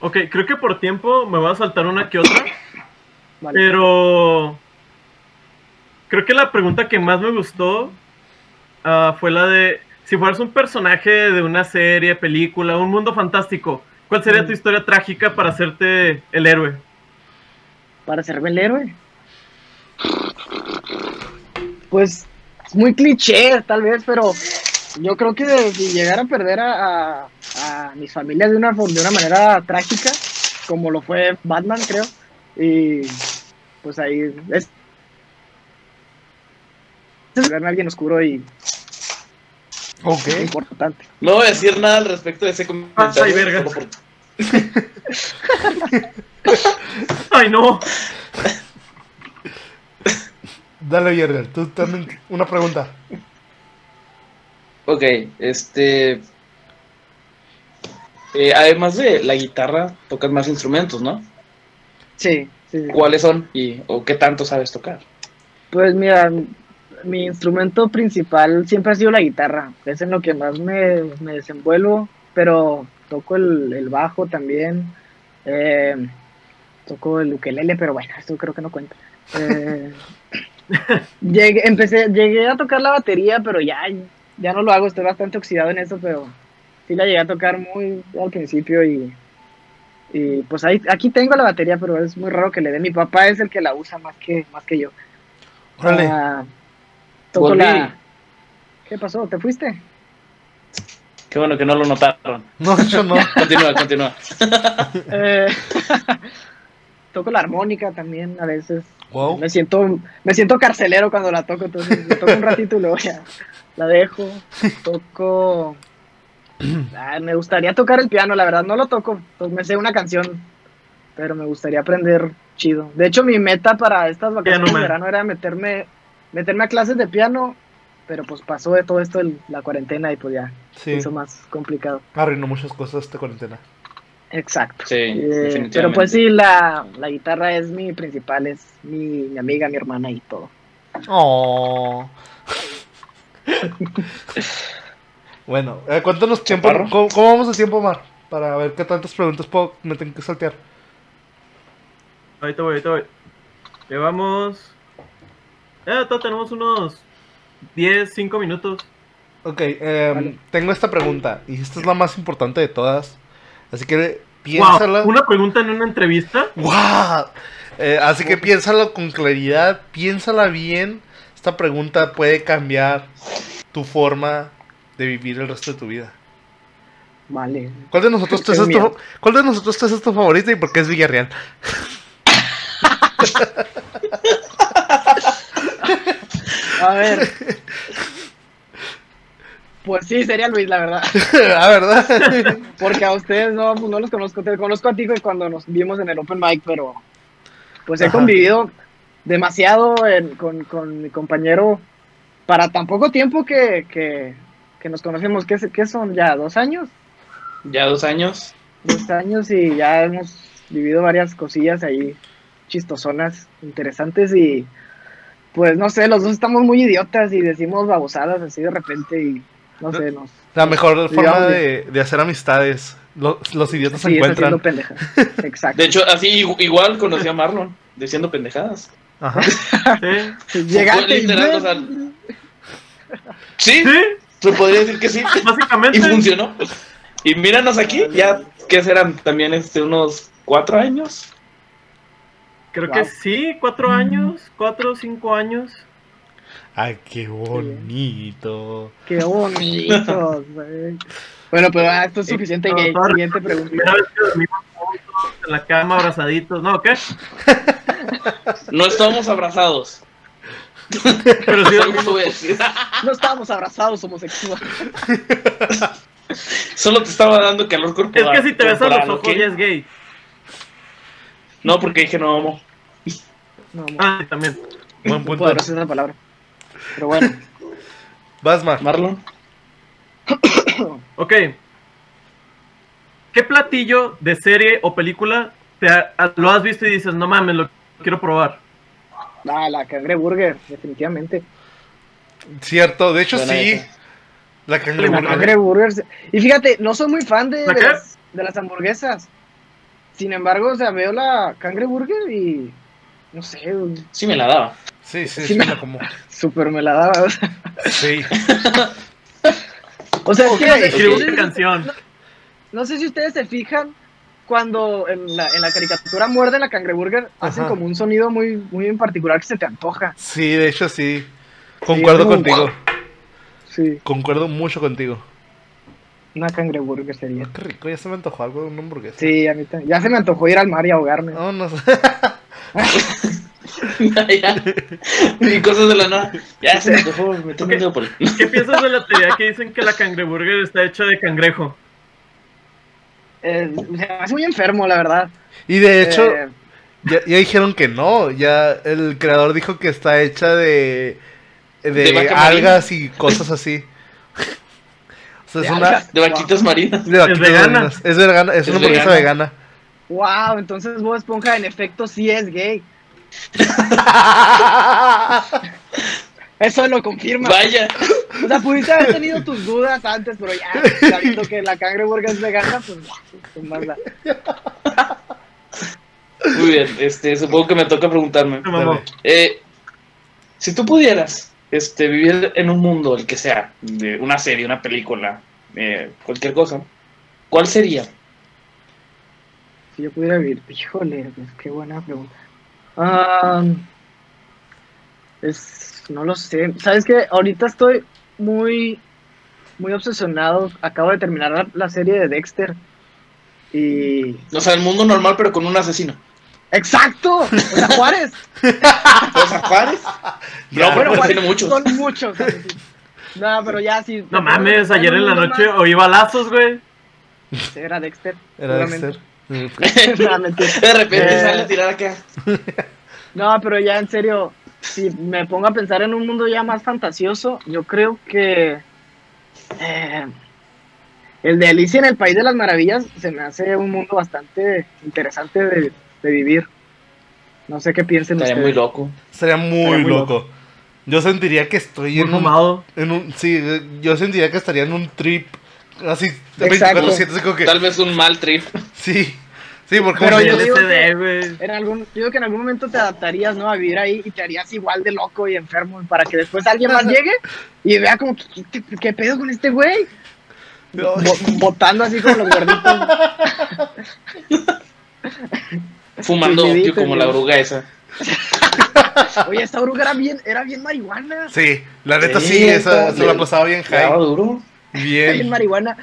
Ok, creo que por tiempo me voy a saltar una que otra,
Vale.
pero creo que la pregunta que más me gustó ah, fue la de si fueras un personaje de una serie, película, un mundo fantástico, ¿cuál sería tu historia trágica para hacerte el héroe?
para ser el héroe? Pues es muy cliché, tal vez, pero yo creo que de- si llegara a perder a, a- a mis familias de una, for- de una manera trágica, como lo fue Batman, creo, y pues ahí es. es verme a alguien oscuro y
Ok.
importante.
no voy a decir nada al respecto de ese comentario.
Ay, verga.
solo por-
¡Ay, no!
Dale, Yerger, tú también una pregunta.
Ok, este. eh, además de la guitarra, tocas más instrumentos, ¿no?
Sí, sí, sí.
¿Cuáles son y o qué tanto sabes tocar?
Pues mira, mi instrumento principal siempre ha sido la guitarra. Es en lo que más me, me desenvuelvo, pero toco el, el bajo también. eh, toco el ukelele, pero bueno, esto creo que no cuenta. Eh, llegué, empecé, llegué a tocar la batería, pero ya, ya no lo hago, estoy bastante oxidado en eso, pero sí la llegué a tocar muy al principio y, y pues ahí, aquí tengo la batería, pero es muy raro que le dé. Mi papá es el que la usa más que, más que yo.
Órale.
Ah, toco
Volví.
la- ¿Qué pasó? ¿Te fuiste?
Qué bueno que no lo notaron.
No, de hecho no.
Continúa, continúa.
Eh, toco la armónica también a veces.
Oh.
Wow.
Me siento me siento carcelero cuando la toco, entonces la toco un ratito y luego ya la dejo. Toco... Ah, me gustaría tocar el piano, la verdad no lo toco. Pues me sé una canción, pero me gustaría aprender chido. De hecho, mi meta para estas vacaciones
Piano man.
de verano era meterme, meterme a clases de piano, pero pues pasó de todo esto el- la cuarentena y pues ya
Sí. Ah,
hizo más complicado.
Arruinó muchas cosas esta cuarentena.
Exacto.
Sí,
Eh,
definitivamente.
pero pues sí, la, la guitarra es mi principal, es mi, mi amiga, mi hermana y todo.
Oh. bueno, eh, cuéntanos tiempo.
Chaparro.
¿cómo, cómo vamos de tiempo, Mar? Para ver qué tantas preguntas puedo, me tengo que saltear.
Ahorita voy, ahorita voy. Llevamos. Eh, todavía tenemos unos 10, 5 minutos.
Ok, em,
Vale.
tengo esta pregunta. Y esta es la más importante de todas. Así que piénsala.
Wow, una pregunta en una entrevista.
¡Guau! Eh, así que piénsalo con claridad, piénsala bien. Esta pregunta puede cambiar tu forma de vivir el resto de tu vida.
Vale.
¿Cuál de nosotros tres
Qué
es tu,
miedo.
¿cuál de nosotros tres es tu favorita y por qué es Villarreal?
A ver. Pues sí, sería Luis, la verdad.
ah, ¿verdad?
Porque a ustedes no, pues, no los conozco. Te conozco a ti güey, cuando nos vimos en el Open Mic, pero pues he
Ajá.
convivido demasiado en- con, con mi compañero para tan poco tiempo que, que, que nos conocemos. ¿Qué, se- qué son ya? ¿Dos años?
Ya dos años.
Dos años y ya hemos vivido varias cosillas ahí chistosonas, interesantes y pues no sé, los dos estamos muy idiotas y decimos babosadas así de repente y no sé, nos...
La mejor forma
Digamos,
de, de hacer amistades. Lo- los idiotas se
sí, es haciendo
encuentran.
pendejas. Exacto.
De hecho, así igu- igual conocí a Marlon, diciendo pendejadas.
Ajá.
Sí.
Pues, Llegaste y-
Literal, o sea, Sí,
Sí,
se podría decir que sí.
básicamente.
Y funcionó. Y míranos aquí, ya, ¿qué serán? También este, unos cuatro años.
Creo
Wow. Mm.
que sí, cuatro años, cuatro o cinco años.
Ay, qué bonito.
Qué bonito, güey. Bueno, pero ah, esto es suficiente. gay. Siguiente pregunta.
Primera vez que dormimos juntos en la cama, abrazaditos. No, ¿qué?
No estábamos abrazados.
Pero sí
Solo,
dormimos.
tuve-
No estábamos abrazados homosexuales.
solo te estaba dando calor
Es
corporal.
que si te ves a los
corporal,
ojos
¿ok?
ya es gay.
No, porque dije no amo.
No, no
Ah, sí, también.
Buen
puedo
punto.
abrazar esa palabra. Pero bueno,
Vas, Mar.
Marlon.
Ok. ¿Qué platillo de serie o película te ha- a- lo has visto y dices, no mames, lo quiero probar?
ah, la cangreburger, definitivamente.
Cierto, de hecho
Buena
sí.
esa.
La
La
cangreburger.
cangreburger. se- Y fíjate, no soy muy fan de,
¿La
de
qué?
las, de las hamburguesas. Sin embargo, o sea, veo la cangreburger y. No sé,
Sí me la daba.
Sí, sí,
Sí,
sí,
me-
la como.
súper me la daba. o sea.
Sí.
O sea, es que-
Escribo
Ok.
una canción.
No sé si ustedes se fijan cuando en la, en la caricatura muerden la cangreburger, hacen como un sonido muy, muy en particular que se te antoja.
Sí, de hecho sí. Concuerdo
como-
contigo.
Sí,
Concuerdo mucho contigo.
una cangreburger
Ah,
sería.
Qué rico, ya se me antojó algo de una hamburguesa.
Sí, a mí también. Ya se me antojó ir al mar y ahogarme.
No, no sé.
y cosas de la nada. Ya se me antojó meterme un dedo por el-
¿Qué piensas de la teoría que dicen que la cangreburger está hecha de cangrejo?
Eh, se me hace muy enfermo, la verdad.
Y de hecho,
Eh,
ya, ya dijeron que no. Ya el creador dijo que está hecha de. de,
De vaca marina.
algas y cosas así. O sea, es
De
una.
algas.
De vaquitas marinas.
de vaquitas
vegana.
marinas. Es vegana. Es,
Es
una hamburguesa vegana.
wow, entonces Bob Esponja en efecto sí es gay. Eso lo confirma.
Vaya.
O sea, pudiste haber tenido tus dudas antes, pero ya, sabiendo que la cangreburger es vegana, pues ya, pues más da.
Muy bien. Este, supongo que me toca preguntarme.
Me mamó.
Dale.
Eh, si tú pudieras este, vivir en un mundo, el que sea, de una serie, una película, eh, cualquier cosa, ¿cuál sería?
Si yo pudiera vivir, híjole, pues, qué buena pregunta. Ah, es, no lo sé. Sabes que ahorita estoy muy, muy obsesionado. Acabo de terminar la, la serie de Dexter. Y.
O sea, el mundo normal, pero con un asesino.
¡Exacto! O sea, Juárez.
¿O sea, Juárez?
Ya.
No, bueno,
Juárez
tiene muchos.
Son muchos. ¿sabes? No, pero ya sí.
No mames, ayer en la noche oí balazos, güey.
Era Dexter.
Era de
seguramente.
ser. Mm.
No, mentira.
De repente
Eh.
sale a tirar acá.
No, pero ya en serio, si me pongo a pensar en un mundo ya más fantasioso, yo creo que eh, El de Alicia en el País de las Maravillas se me hace un mundo bastante interesante de, de vivir. No sé qué piensen
Estaría muy
ustedes.
loco.
Sería muy,
Estaría muy
loco. Yo sentiría que estoy
Muy
en un,
fumado.
en un- Sí, yo sentiría que estaría en un trip. Así,
Exacto.
24-7, así como que.
Tal vez un mal trip.
Sí, sí, porque.
Pero
Pero
yo digo que-
güey.
En algún, yo digo que en algún momento te adaptarías, ¿no? A vivir ahí y te harías igual de loco y enfermo para que después alguien más llegue y vea como, ¿qué, qué, qué pedo con este güey?
No.
Bo- botando así como los gorditos.
Fumando
Sí, sí,
opio
sí,
como
sí.
la oruga esa.
Oye, esta oruga era bien, era bien marihuana.
Sí, la neta sí,
Sí,
esa, se
entonces-
la pasaba bien
Claro,
high.
duro.
Bien
Bien.
marihuana.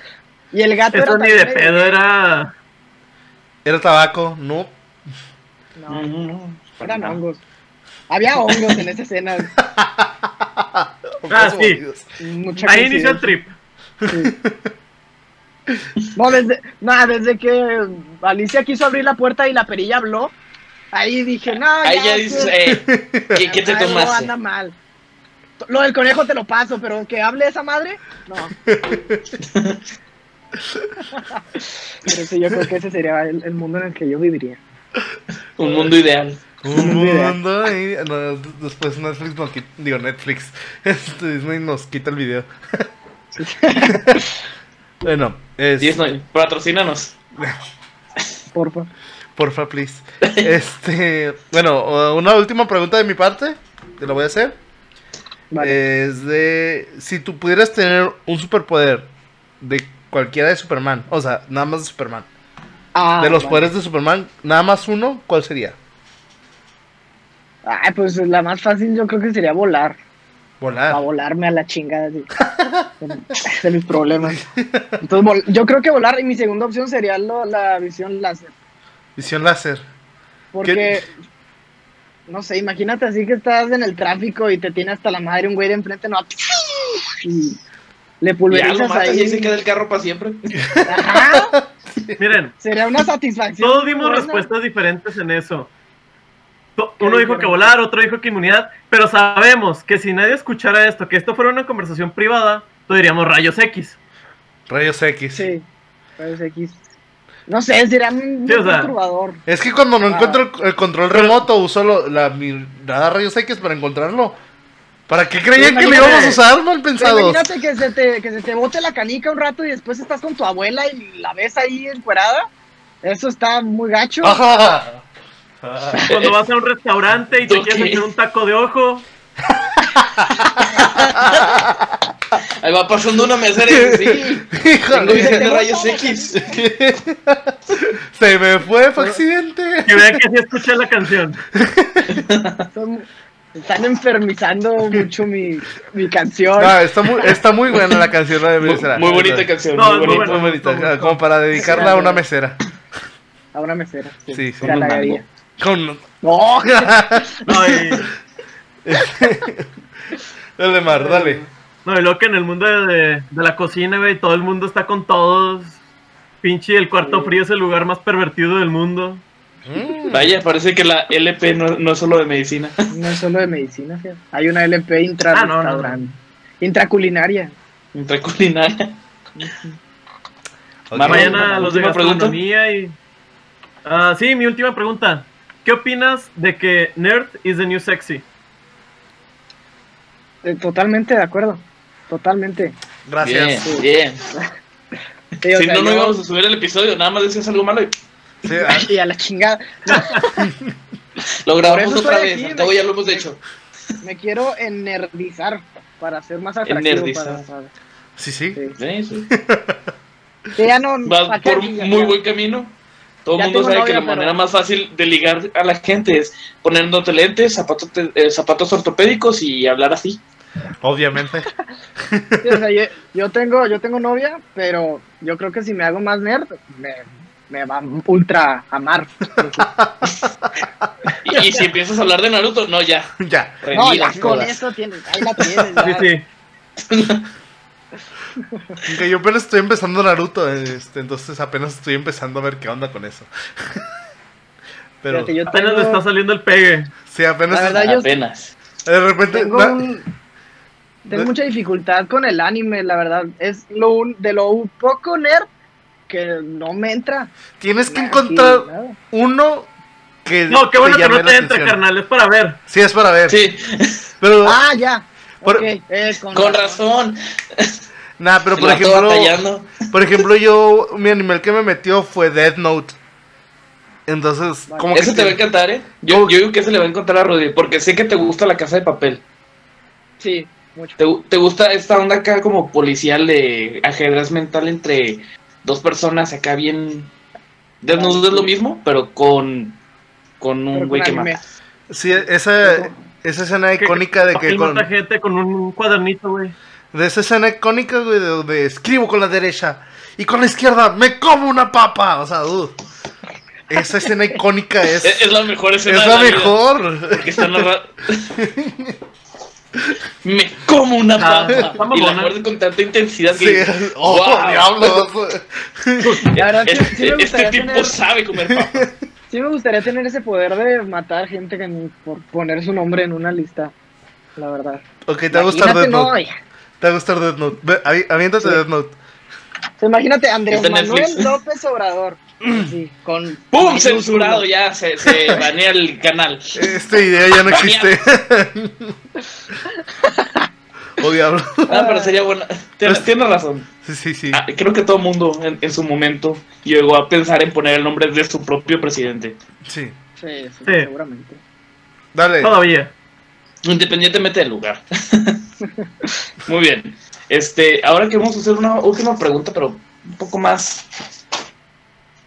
Y el gato
Eso
era
ni de
también medio-
pedo era.
Era tabaco, no.
No,
No, no, no.
eran hongos. Había hongos en esa escena.
Oh,
Ah, sí.
Mucha
Ahí inició el
coincidencia.
trip.
Sí. No, desde, nada, desde que Alicia quiso abrir la puerta y la perilla habló, ahí dije, no,
Ahí ya
sí,
dices, eh, ¿qué, qué te
algo
tomaste?
anda mal. Lo del conejo te lo paso, pero que hable esa madre, no. pero sí, yo creo que ese sería el, el mundo en el que yo viviría.
Un mundo ideal.
Un
Una idea.
mundo ahí- no, después Netflix nos quita, digo Netflix, este, Disney nos quita el video. bueno, es,
Disney, patrocínanos.
Porfa.
porfa, please. Este, bueno, una última pregunta de mi parte, te la voy a hacer.
Vale.
Es de, si tú pudieras tener un superpoder de cualquiera de Superman, o sea, nada más de Superman,
Ah,
de los
vale.
poderes de Superman, nada más uno, ¿cuál sería?
Ay, pues la más fácil yo creo que sería volar. A Ah,
Volar.
volarme a la chingada así, de mis problemas. Entonces, vol- yo creo que volar y mi segunda opción sería lo- la visión láser.
Visión láser.
Porque, no sé, imagínate así que estás en el tráfico y te tiene hasta la madre un güey de enfrente, no. Y le
Ya lo
pulverizas
matas
ahí.
y ahí se queda el carro para siempre.
Ajá,
Miren,
sería una satisfacción.
todos dimos
buena.
respuestas diferentes en eso. To-
¿Qué
Uno dijo
dijeron?
que volar, otro dijo que inmunidad, pero sabemos que si nadie escuchara esto, que esto fuera una conversación privada, lo diríamos rayos X.
Rayos X.
Sí, rayos X. No sé, sería un
Sí, o sea,
perturbador.
Es que cuando no
Ah.
encuentro el, el control remoto, uso lo- la mirada rayos X para encontrarlo. ¿Para qué creían que lo
Imagínate.
íbamos a usar, mal
Pero
pensados?
Pues, imagínate que se, te, que se te bote la canica un rato y después estás con tu abuela y la ves ahí encuerada. Eso está muy gacho.
Ajá.
Cuando vas a un restaurante y te
¿Tú qué?
quieres echar un taco de ojo,
Ahí va pasando una mesera y dice, sí, tengo
Híjole,
visión de
Te
rayos
botan,
X.
se me fue, fue accidente.
que vean que sí escuché la canción.
Son- están enfermizando mucho mi, mi canción.
No, Ah, está, muy, está muy buena la canción la de
Muy,
mesera.
muy bonita canción,
No,
muy
no,
bonita.
bueno.
Muy bonita, como para dedicarla a una mesera.
A una mesera.
Sí, sí.
Te
Con
la
un mango.
daría.
Con...
No,
No, y,
Dale, Mar, dale.
no, y luego que en el mundo de, de- de la cocina, güey, todo el mundo está con todos. Pinche, el cuarto frío es el lugar más pervertido del mundo.
Mm.
Vaya, parece que la LP no, no es solo de medicina.
no es solo de medicina. fíjate. Hay una LP intra
Ah, no, no,
restaurante. Intraculinaria.
Intraculinaria.
Ok.
Mar,
Vayan
Última
a los de
pregunta.
gastronomía y... Ah, sí, mi última pregunta. ¿Qué opinas de que nerd is the new sexy?
Eh, Totalmente de acuerdo. Totalmente.
Bien,
Gracias.
bien.
Sí, o
Si
sea,
no, no
yo-
íbamos a subir el episodio, nada más decías algo malo y
Sí, ah,
Y a la chingada.
lo grabamos
eso
otra
estoy
vez.
aquí,
Al cabo
me-
ya lo hemos hecho.
Me quiero enerdizar para ser más atractivo.
Enerdizar.
para- para-
sí, sí.
sí.
Sí, sí.
Que ya no.
Vas
¿para qué
por
chingas?
muy buen camino. Todo el
Ya
mundo
tengo
sabe
novia,
que la
pero-
manera más fácil de ligar a la gente es poniéndote lentes, zapatos, te- eh, zapatos ortopédicos y hablar así.
Obviamente.
Sí, o sea, yo, yo tengo, yo tengo novia, pero yo creo que si me hago más nerd, me, me va a ultra amar.
Y, y si empiezas a hablar de Naruto, no, ya.
Ya.
No,
rendidas
ya con
todas.
eso tienes, ahí la tienes. ya.
Sí,
Ah,
sí.
Aunque yo apenas estoy empezando Naruto, este, entonces apenas estoy empezando a ver qué onda con eso. Pero
Fíjate, yo
Apenas
tengo-
le está saliendo el pegue.
sí, apenas
La verdad, yo-
Apenas.
de repente
Tengo
na-
un- Tengo mucha dificultad con el anime, la verdad. Es lo un- de lo un poco nerd que no me entra.
Tienes que
Nah,
encontrar
sí, nada.
uno que.
No, qué bueno que
llame
no
la
te entra,
atención.
carnal, es para ver.
Sí, es para ver.
Sí,
Pero,
Ah, ya.
Por-
Ok, eh, con,
con razón.
nah, pero por
La estoy
ejemplo.
batallando.
Por ejemplo, yo. Mi animal que me metió fue Death Note. Entonces,
Vale.
como que.
Eso te va a
tiene-
encantar, ¿eh? Yo, yo digo que se le va a encantar a Rudy, porque sé que te gusta la casa de papel.
Sí, mucho.
¿Te, te gusta esta onda acá como policial de ajedrez mental entre dos personas acá bien... Death Note es lo mismo, pero con, con
Pero
un
con
güey que
anime.
mata.
Sí, esa. Esa escena icónica de que
Papel
con.
mata gente con un cuadernito, güey.
De esa escena icónica, güey, de donde escribo con la derecha y con la izquierda me como una papa. O sea, uh, esa escena icónica es,
Es,
es,
es la mejor escena de
la
vida,
mejor.
porque está narra- Me como una
Ah,
papa
está
y la
mamona.
muerde con tanta intensidad
Sí,
que...
oh,
Wow.
diablos.
La verdad, sí, sí
Este,
me
este
gustaría
tipo
tener-
sabe comer papa.
Sí me gustaría tener ese poder de matar gente que- por poner su nombre en una lista. La verdad.
Ok, te va a gustar
Imagínate,
Death Note.
no, ya.
Te va a gustar Death Note. Ve, avi- aviéntate
Sí.
Death Note.
Imagínate, Andrés
Está en
Manuel
Netflix.
López Obrador. Sí, con
¡Pum! Censurado ya, se, se banea el canal.
Esta idea ya no existe. oh, diablos.
Ah, pero sería buena. Tienes, tienes razón.
Sí, sí, sí.
Ah, creo que todo mundo en, en su momento llegó a pensar en poner el nombre de su propio presidente.
Sí.
Sí,
Sí.
sí, seguramente.
Dale.
Todavía.
Independientemente del lugar. Muy bien. Este, ahora queremos hacer una última pregunta, pero un poco más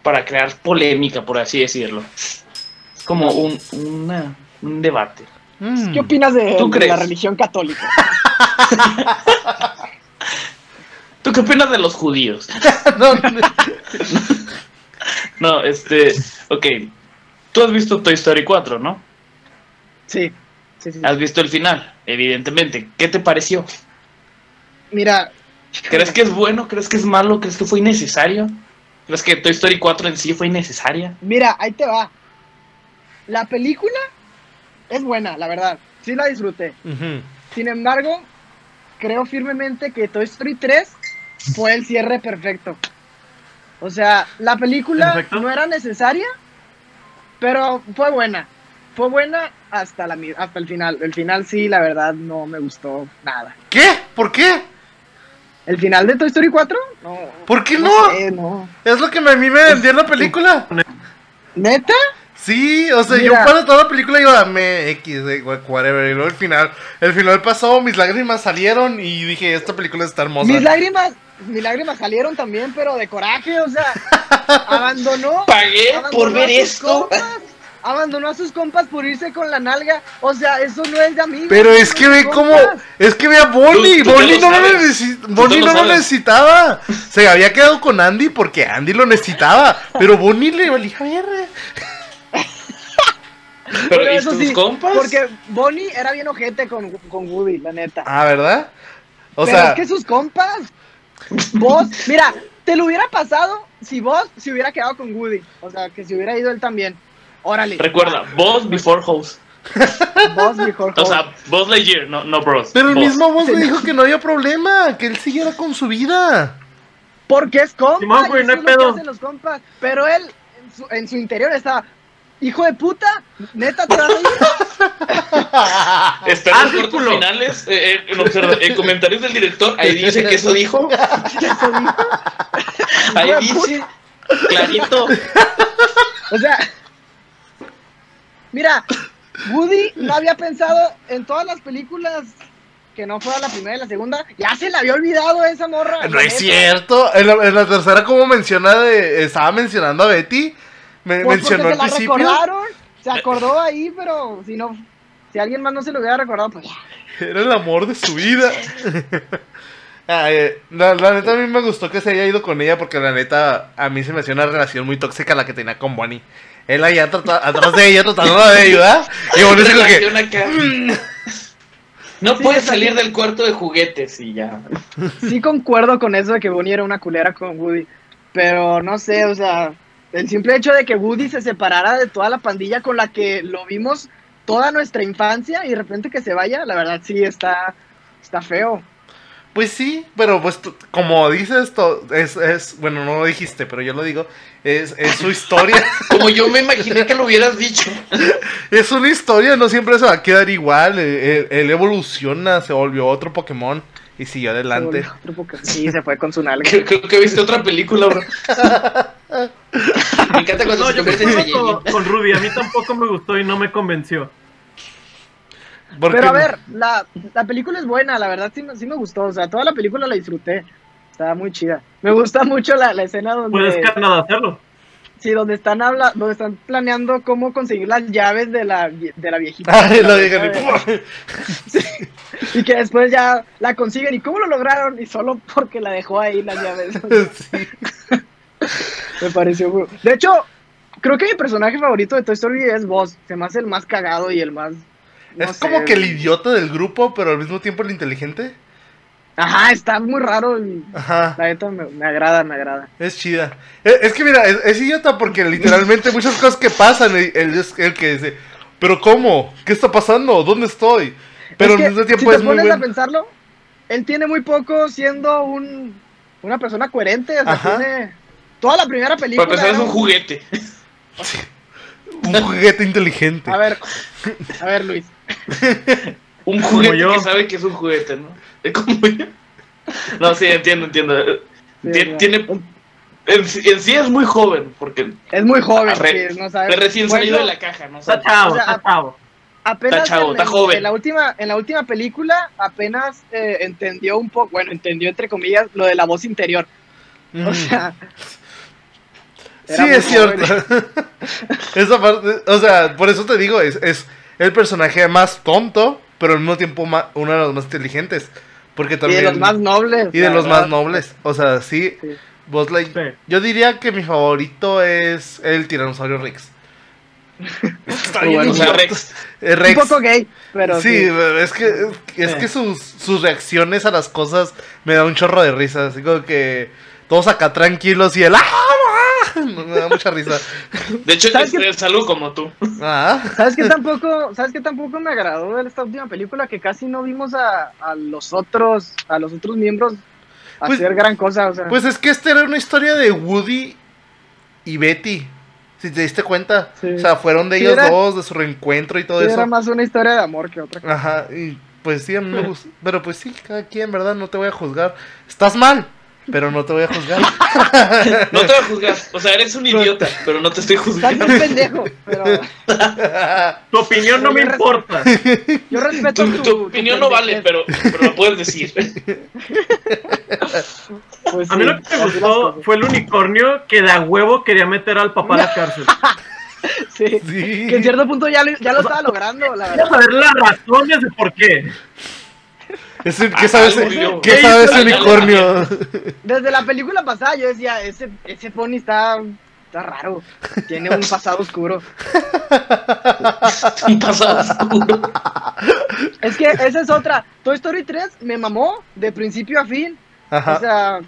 para crear polémica, por así decirlo. Es como un, una- un debate.
Mm.
¿Qué opinas de,
¿Tú
de
crees?
la religión católica?
¿Tú qué opinas de los judíos?
No, no.
No, este, ok. Tú has visto Toy Story 4, ¿no?
Sí, sí, sí.
Has visto el final, evidentemente. ¿Qué te pareció?
Mira,
¿Crees que es bueno? ¿Crees que es malo? ¿Crees que fue innecesario? ¿Crees que Toy Story 4 en sí fue innecesaria?
mira, ahí te va. La película es buena, la verdad. Sí la disfruté.
Ujú.
Sin embargo, creo firmemente que Toy Story 3 fue el cierre perfecto. O sea, la película
Perfecto.
no era necesaria, pero fue buena. Fue buena hasta, la, mi- hasta el final. El final sí, la verdad, no me gustó nada.
¿Qué? ¿Por qué?
¿El final de Toy Story 4? No.
¿Por qué
No,
no?
sé, no.
Es lo que me- a mí me vendió la película.
¿Neta?
Sí, o sea, yo
Mira.
para toda la película iba me X, eh, wha- whatever. Y luego el final, el final pasó, mis lágrimas salieron y dije, esta película está hermosa.
mis lágrimas, mis lágrimas salieron también, pero de coraje, o sea, abandonó.
Pagué
abandonó
por
a
ver
sus
esto.
compas, abandonó a sus compas por irse con la nalga. O sea, eso no es de amigos.
Pero
eso
es
no
que
de
ve cómo,
compas.
es que ve a Bonnie,
Tú- tú ya
Bonnie no,
lo
lo,
sabes.
necesi-
Tú
Bonnie
ya lo
no lo
sabes.
necesitaba. Se había quedado con Andy porque Andy lo necesitaba, pero Bonnie le valía verga.
Pero,
Pero
¿y
eso
tus
sí,
compas?
Porque Bonnie era bien ojete con, con Woody, la neta.
Ah, ¿verdad? O
pero
sea,
es que sus compas, vos, mira, te lo hubiera pasado si vos se hubiera quedado con Woody. O sea, que se hubiera ido él también. Órale.
Recuerda, Boss Before House.
Vos, mejor
O sea, Boss Lightyear, no, no Bros.
pero el
Buzz.
mismo Bonnie dijo que no había problema, que él siguiera con su vida.
Porque es compa,
Simón, güey,
y
no
eso
hay
es lo que
pedo.
hacen los compas. Pero él, en su, en su interior, estaba, hijo de puta, neta, te vas a ir?"
Está en los
Artículo.
cortos finales, eh, eh, en, observa- en comentarios del director, ahí dice que eso dijo.
Eso dijo.
Ahí
Hijo de
dice, clarito.
O sea, mira, Woody no había pensado en todas las películas que no fuera la primera y la segunda. Ya se la había olvidado a esa morra.
No
la
es
neta.
cierto. En la, en la tercera, como menciona, de, estaba mencionando a Betty. Me,
Pues porque
mencionó
se
al
la
principio.
recordaron, se acordó ahí, pero si no, si alguien más no se lo hubiera recordado, pues ya.
Era el amor de su vida. Ah, eh, la, la neta, a mí me gustó que se haya ido con ella. Porque la neta, a mí se me hacía una relación muy tóxica la que tenía con Bonnie. Él allá trata- atrás de ella tratando de ayudar. Y Bonnie dijo que.
Relación acá. No
Sí,
puedes
está
salir
bien.
del cuarto de juguetes y ya.
sí concuerdo con eso de que Bonnie era una culera con Woody, pero no sé, o sea, el simple hecho de que Woody se separara de toda la pandilla con la que lo vimos toda nuestra infancia y de repente que se vaya, la verdad sí está Está feo.
Pues sí, pero pues tú- como dices, to- es, es, bueno, no lo dijiste, pero yo lo digo, es, es su historia,
Como yo me imaginé que lo hubieras dicho.
es una historia, no siempre se va a quedar igual, eh, él, él evoluciona, se volvió otro Pokémon y siguió adelante.
Se volvió otro Pokémon. Sí, se fue con su nalga.
Creo, creo que viste otra película, bro. Me encanta
No,
cuando se
yo
convierte en
coincido con,
Saiyajin.
con Ruby. A mí tampoco me gustó y no me convenció.
Porque-
Pero a ver, la, la película es buena, la verdad sí, me- sí me gustó. O sea, toda la película la disfruté. Estaba muy chida. Me gusta mucho la, la escena
Pues
donde,
es Canadá hacerlo.
sí, donde, están habla, donde están planeando cómo conseguir las llaves de la, vie- de la viejita.
Ay, lo
La
dije,
vieja de-
ni-
Y que después ya la consiguen. ¿Y cómo lo lograron? Y solo porque la dejó ahí las llaves.
Sí.
Me pareció muy... De hecho, creo que mi personaje favorito de Toy Story es Buzz. Se me hace el más cagado y el más... no
Es
sé.
como que el idiota del grupo, pero al mismo tiempo el inteligente.
Ajá, está muy raro y...
Ajá.
La neta me, me agrada, me agrada.
Es chida. E- Es, que mira, es, es idiota porque literalmente muchas cosas que pasan, él él es el que dice, pero ¿cómo? ¿Qué está pasando? ¿Dónde estoy? Pero
que,
al mismo tiempo
si
es
te
muy
pones a
buen...
pensarlo, él tiene muy poco siendo un, una persona coherente. O sea,
Ajá.
tiene... Toda la primera película...
Para empezar, es
era
un juguete.
un juguete inteligente.
A ver, a ver, Luis.
Un juguete
yo.
que sabe que es un juguete, ¿no? Es como yo. No, sí, entiendo, entiendo.
Sí,
Tien-
o sea,
tiene- En, sí- en sí es muy joven, porque
Es muy joven,
Arre-
sí, no sabe.
es recién
Bueno,
salido de la caja, ¿no? O sea,
Está chavo,
O sea,
está chavo.
apenas
Está chavo,
en,
está
en-
joven.
en la última en la última película apenas eh, entendió un poco bueno entendió entre comillas lo de la voz interior
Mm.
o sea
Sí,
era muy
es cierto. Esa parte, o sea, por eso te digo, es, es el personaje más tonto, pero al mismo tiempo ma- uno de los más inteligentes. Porque
y
también...
de los más nobles
y de
la
los
verdad.
más nobles. O sea, sí.
Sí.
Buzz Light-
Sí.
Yo diría que mi favorito es el tiranosaurio Rex. Está
Muy bueno.
o sea,
idiota.
Rex.
Eh,
un
Rex.
poco gay pero
sí,
sí, Eh.
es que, es que sus, sus reacciones a las cosas me da un chorro de risa. Así como que todos acá tranquilos y el ¡Ah! ah", Me da mucha risa.
De hecho,
¿Sabes
es el salud como tú.
Ah,
sabes que tampoco sabes que tampoco me agradó de esta última película que casi no vimos a, a los otros a los otros miembros
Pues-
hacer gran cosa o sea
pues es que esta era una historia de Woody y Betty. Si te diste cuenta.
Sí.
O sea, fueron de
Sí,
ellos
era-
dos, de su reencuentro y todo
sí,
eso.
era más una historia de amor que otra cosa.
Ajá, y pues sí, a mí me gusta. Pero pues sí, cada quien, ¿verdad? No te voy a juzgar. Estás mal, pero no te voy a juzgar.
No te voy a juzgar. O sea, eres un idiota, pero no te estoy
Estás
juzgando.
bien pendejo, pero
Tu opinión no me
Oye,
importa.
yo respeto
Tu,
tu,
tu
tu
opinión no vale,
pendejez.
pero, pero lo puedes decir.
Pues
A mí
sí,
lo que me
así las
gustó
cosas.
fue el unicornio que de a huevo quería meter al papá a la cárcel.
Sí.
Sí.
Que en cierto punto ya lo, ya lo estaba logrando, la
Quiero
verdad.
saber las razones de por qué.
Es el- ¿Qué sabes,
Algo vivió.
¿qué
¿Qué
sabe
hizo
ese
la-
unicornio?
Desde la película pasada yo decía, ese, ese pony está, está raro. Tiene un pasado oscuro.
Un pasado oscuro.
Es que esa es otra. Toy Story 3 me mamó de principio a fin. O
Ajá.
sea,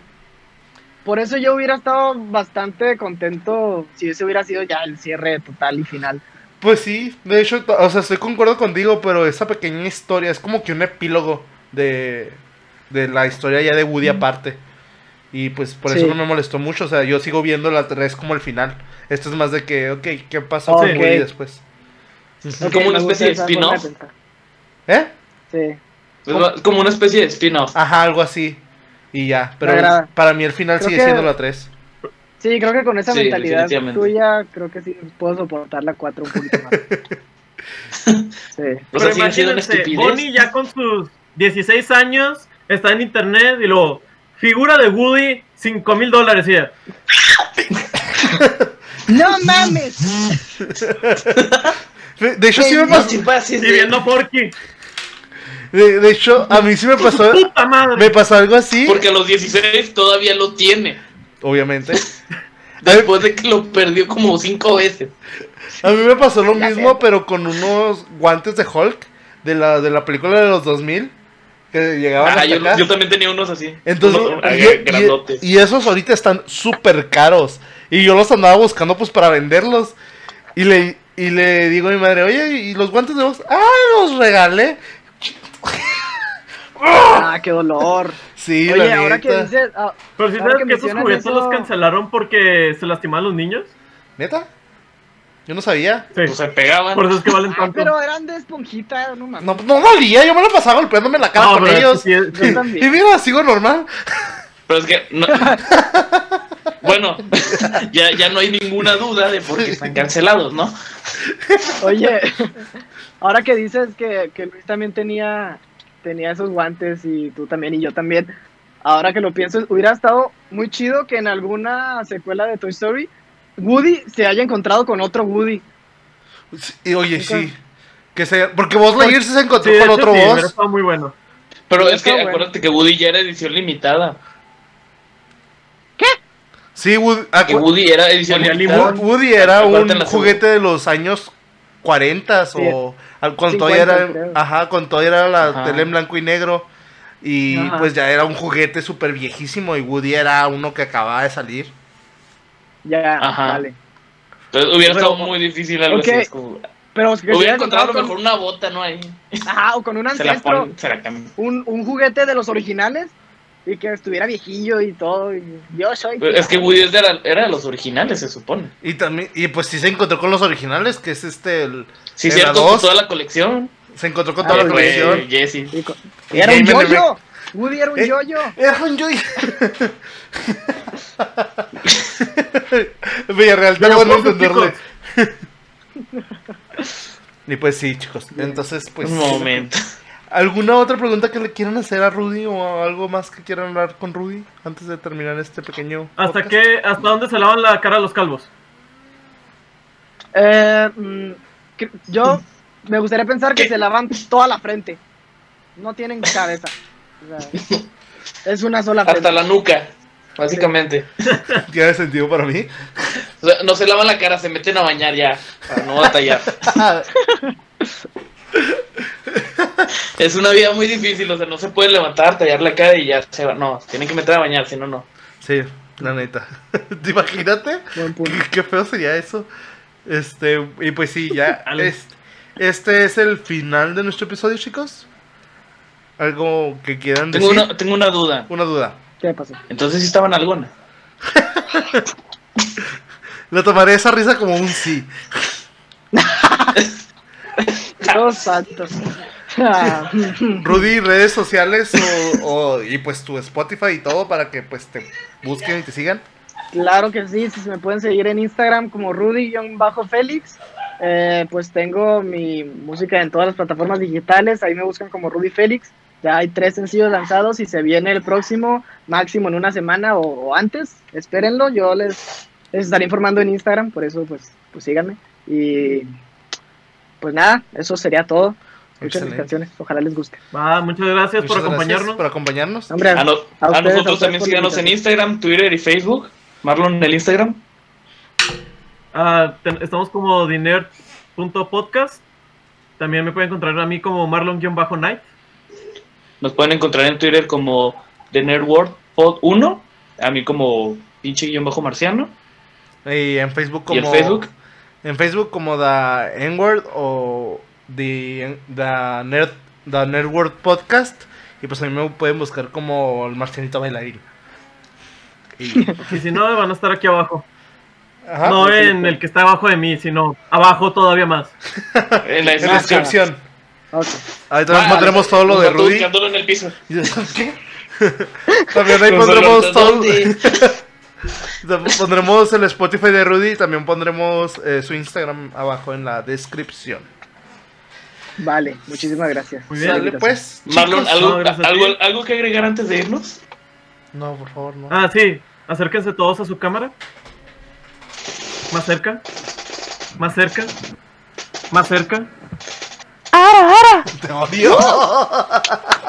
por eso yo hubiera estado bastante contento si ese hubiera sido ya el cierre total y final.
Pues sí, de hecho, to- o sea, estoy concuerdo contigo, pero esa pequeña historia es como que un epílogo de, de la historia ya de Woody aparte. Y pues por eso
Mm. Sí.
no me molestó mucho, o sea, yo sigo viendo la 3 como el final. Esto es más de que, ok, ¿qué pasó con
Ok.
Woody después?
Ok,
Como una
me
especie
gusta
de
esa forma
spin-off.
pensar.
¿Eh?
Sí.
Es va- como una especie de spin-off.
Ajá, algo así. Y ya. Pero
agrada.
para mí el final
Creo
sigue
que-
siendo la 3.
Sí, creo que con esa
Sí,
mentalidad
definitivamente.
tuya, creo que sí puedo soportar la 4 un poquito más. sí.
O
Pero
sea, siguen siendo una
imagínense,
estupidez.
Bonnie ya con sus 16 años está en internet y luego, figura de Woody, 5 mil dólares. y ella,
¡No mames!
De de hecho, sí me
No
pasó.
te pases
Y
de-
viendo Porky,
De, de hecho, a mí sí me pasó.
puta
Me
madre.
pasó algo así.
Porque a los 16 todavía lo tiene.
Obviamente.
Después de que lo perdió como cinco veces.
A mí me pasó lo
Ya
mismo,
sé.
pero con unos guantes de Hulk. De la, de la película de los 2000. Que llegaban
Ah,
hasta
yo,
acá.
yo también tenía unos así.
Entonces,
Unos, ah,
y- e-
grandotes.
y, y esos ahorita están súper caros. Y yo los andaba buscando pues para venderlos. Y le, y le digo a mi madre, oye, ¿y los guantes de voz? Ah, los regalé.
Ah, qué dolor.
Sí,
Oye,
la
ahora
neta.
que dices. ah,
Pero si
Ahora
sabes
que
que, esos
mencionas
juguetes
eso-
los cancelaron porque se lastimaban los niños.
¿Neta? Yo no sabía.
Sí.
Pues se pegaban.
Por eso es que valen
ah,
tanto.
pero eran de esponjita, no mames.
No, no dolía, yo me lo pasaba golpeándome la cara
No,
con
pero
ellos.
sí es-
Yo
Y
también.
mira, sigo normal.
Pero es que. no- bueno, ya, ya no hay ninguna duda de por qué están cancelados, ¿no?
Oye, ahora que dices que, que Luis también tenía, tenía esos guantes y tú también y yo también, ahora que lo pienso, hubiera estado muy chido que en alguna secuela de Toy Story Woody se haya encontrado con otro Woody.
Y oye,
Nunca-
sí. Que sea, porque vos Lightyear se
Sí,
encontró
de
con
hecho,
otro
sí,
boss.
pero estaba muy bueno.
Pero
Sí,
es que
está bueno.
acuérdate que Woody ya era edición limitada.
Sí, Woody, ah,
Que Woody era edición
Ponía
limitada.
Wo- Woody era un
Aparte la segunda.
juguete de los años 40 o al- cuando todavía
50,
era,
creo.
ajá, cuando todavía era la
Ajá.
tele en blanco y negro y
Ajá.
pues ya era un juguete súper viejísimo y Woody era uno que acababa de salir.
Ya,
Ajá.
vale.
Entonces hubiera
Pero-
estado muy difícil algo
Ok.
así. es como-
Pero que se
Hubiera
hubiera
encontrado a lo
con-
mejor una bota, ¿no? Ahí.
Ajá, o con un
Se la
ancestro,
ponen, se la cambian.
un, un juguete de los originales y que estuviera viejillo y todo. y yo soy.
Es que Woody es de la- era de los originales, se supone.
Y también y pues sí se encontró con los originales, que es este el-
Sí,
Era
cierto,
dos.
toda la colección.
se encontró con
Ah,
toda
Eh,
la
pues,
colección.
güey, Jesse.
Y con- Era un
Game and
yoyo. Woody era un
Eh,
yoyo.
Era un Joy. Villarreal,
Pero
tengo
por
que
sus
entenderle.
chicos,
Y pues sí, chicos. Entonces, pues.
Un momento.
¿Alguna otra pregunta que le quieran hacer a Rudy o algo más que quieran hablar con Rudy antes de terminar este pequeño?
¿Hasta
podcast?
qué, hasta dónde se lavan la cara los calvos?
Eh, mm, cre- yo me gustaría pensar que
¿Qué?
se lavan toda la frente. No tienen cabeza. O sea, es una sola frente.
Hasta la nuca, básicamente.
¿Tiene sentido para mí?
O sea, no se lavan la cara, se meten a bañar ya, para no batallar.
Ah,
es una vida muy difícil, o sea, no se pueden levantar, tallar la cara y ya se va. No, tienen que meter a bañar, si no, no.
sí, la neta. ¿Te imagínate?
Buen punto.
¿Qué, qué feo sería eso? Este, y pues sí, ya.
Alan.
es- este es el final de nuestro episodio, chicos. ¿Algo que quieran
Tengo
decir?
una, tengo una duda.
Una duda.
¿Qué pasó?
Entonces sí estaban alguna.
Le tomaré esa risa como un sí.
Dios santo. Ah,
Rudy, redes sociales o, o- y pues tu Spotify y todo para que pues te busquen y te sigan.
claro que sí, si me pueden seguir en Instagram como Rudy-Félix. Eh, pues tengo mi música en todas las plataformas digitales, ahí me buscan como Rudy Félix. Ya hay tres sencillos lanzados y se viene el próximo, máximo en una semana o, o antes. Espérenlo, yo les, les estaré informando en Instagram, por eso pues, pues síganme. Y pues nada, eso sería todo. Escuchen
Excelente.
mis canciones, ojalá les guste.
Va, muchas gracias por
Muchas gracias
acompañarnos.
por acompañarnos.
Hombre,
A, no-
Ah, A
a
ustedes, a
nosotros
ustedes
también
por
síganos
la
en Instagram, Twitter y Facebook. Marlon en el Instagram.
Ah, ten- estamos como diner.podcast. También me pueden encontrar a mí como Marlon-Night.
Nos pueden encontrar en Twitter como The Nerd World Pod 1. A mí como pinche guión bajo marciano.
Y en Facebook como.
Y en Facebook.
En Facebook como The N-Word o The, the, Nerd, the Nerd Word Podcast. Y pues a mí me pueden buscar como el Marcianito Bailarín. Y-
Y si no, van a estar aquí abajo.
ajá,
no
sí,
en
sí.
el que está abajo de mí, sino abajo todavía más.
En la
en la
descripción.
descripción.
Ok.
Ahorita
Ah,
nos pondremos todo lo de
Nosotros
Rudy.
buscándolo en el piso.
¿Qué? También ahí pondremos todo.
¿Dónde?
Pondremos el Spotify de Rudy y también pondremos eh, su Instagram abajo en la descripción.
Vale, muchísimas gracias.
Muy bien.
Sale pues.
Marlon,
chicos.
no,
¿algo,
gracias a
algo,
ti.
algo que agregar antes de irnos?
No, por favor, no.
Ah, sí. Acérquense todos a su cámara. Más cerca. Más cerca. Más cerca.
Te odio.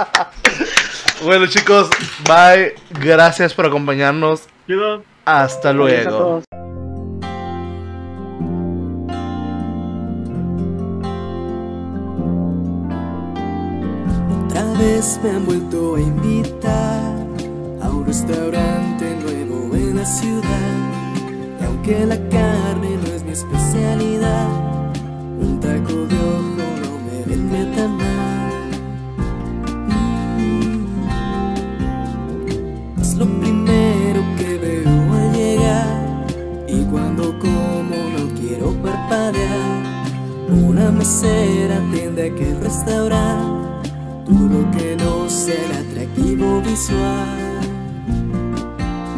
bueno, chicos, bye. Gracias por acompañarnos.
Cuidado.
Hasta
Saludos a
luego.
todos.
Otra vez me han vuelto a invitar a un restaurante nuevo en la ciudad. Y aunque la carne no es mi especialidad, un taco de ojo no me vendría tan mal. Mm. cuando como no quiero parpadear. Una mesera atiende aquel restaurante, todo que no será atractivo visual.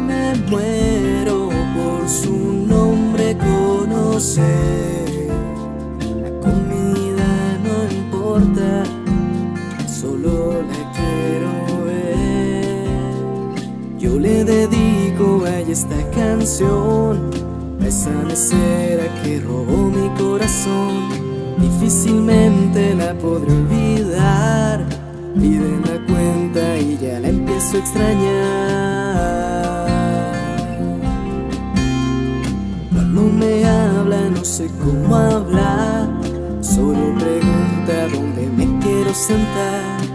Me muero por su nombre conocer. La comida no importa, solo la quiero ver. Yo le dedico a ella esta canción, a esa mesera que robó mi corazón. Difícilmente la podré olvidar. Piden la cuenta y ya la empiezo a extrañar. Cuando me habla no sé cómo hablar, solo pregunta dónde me quiero sentar.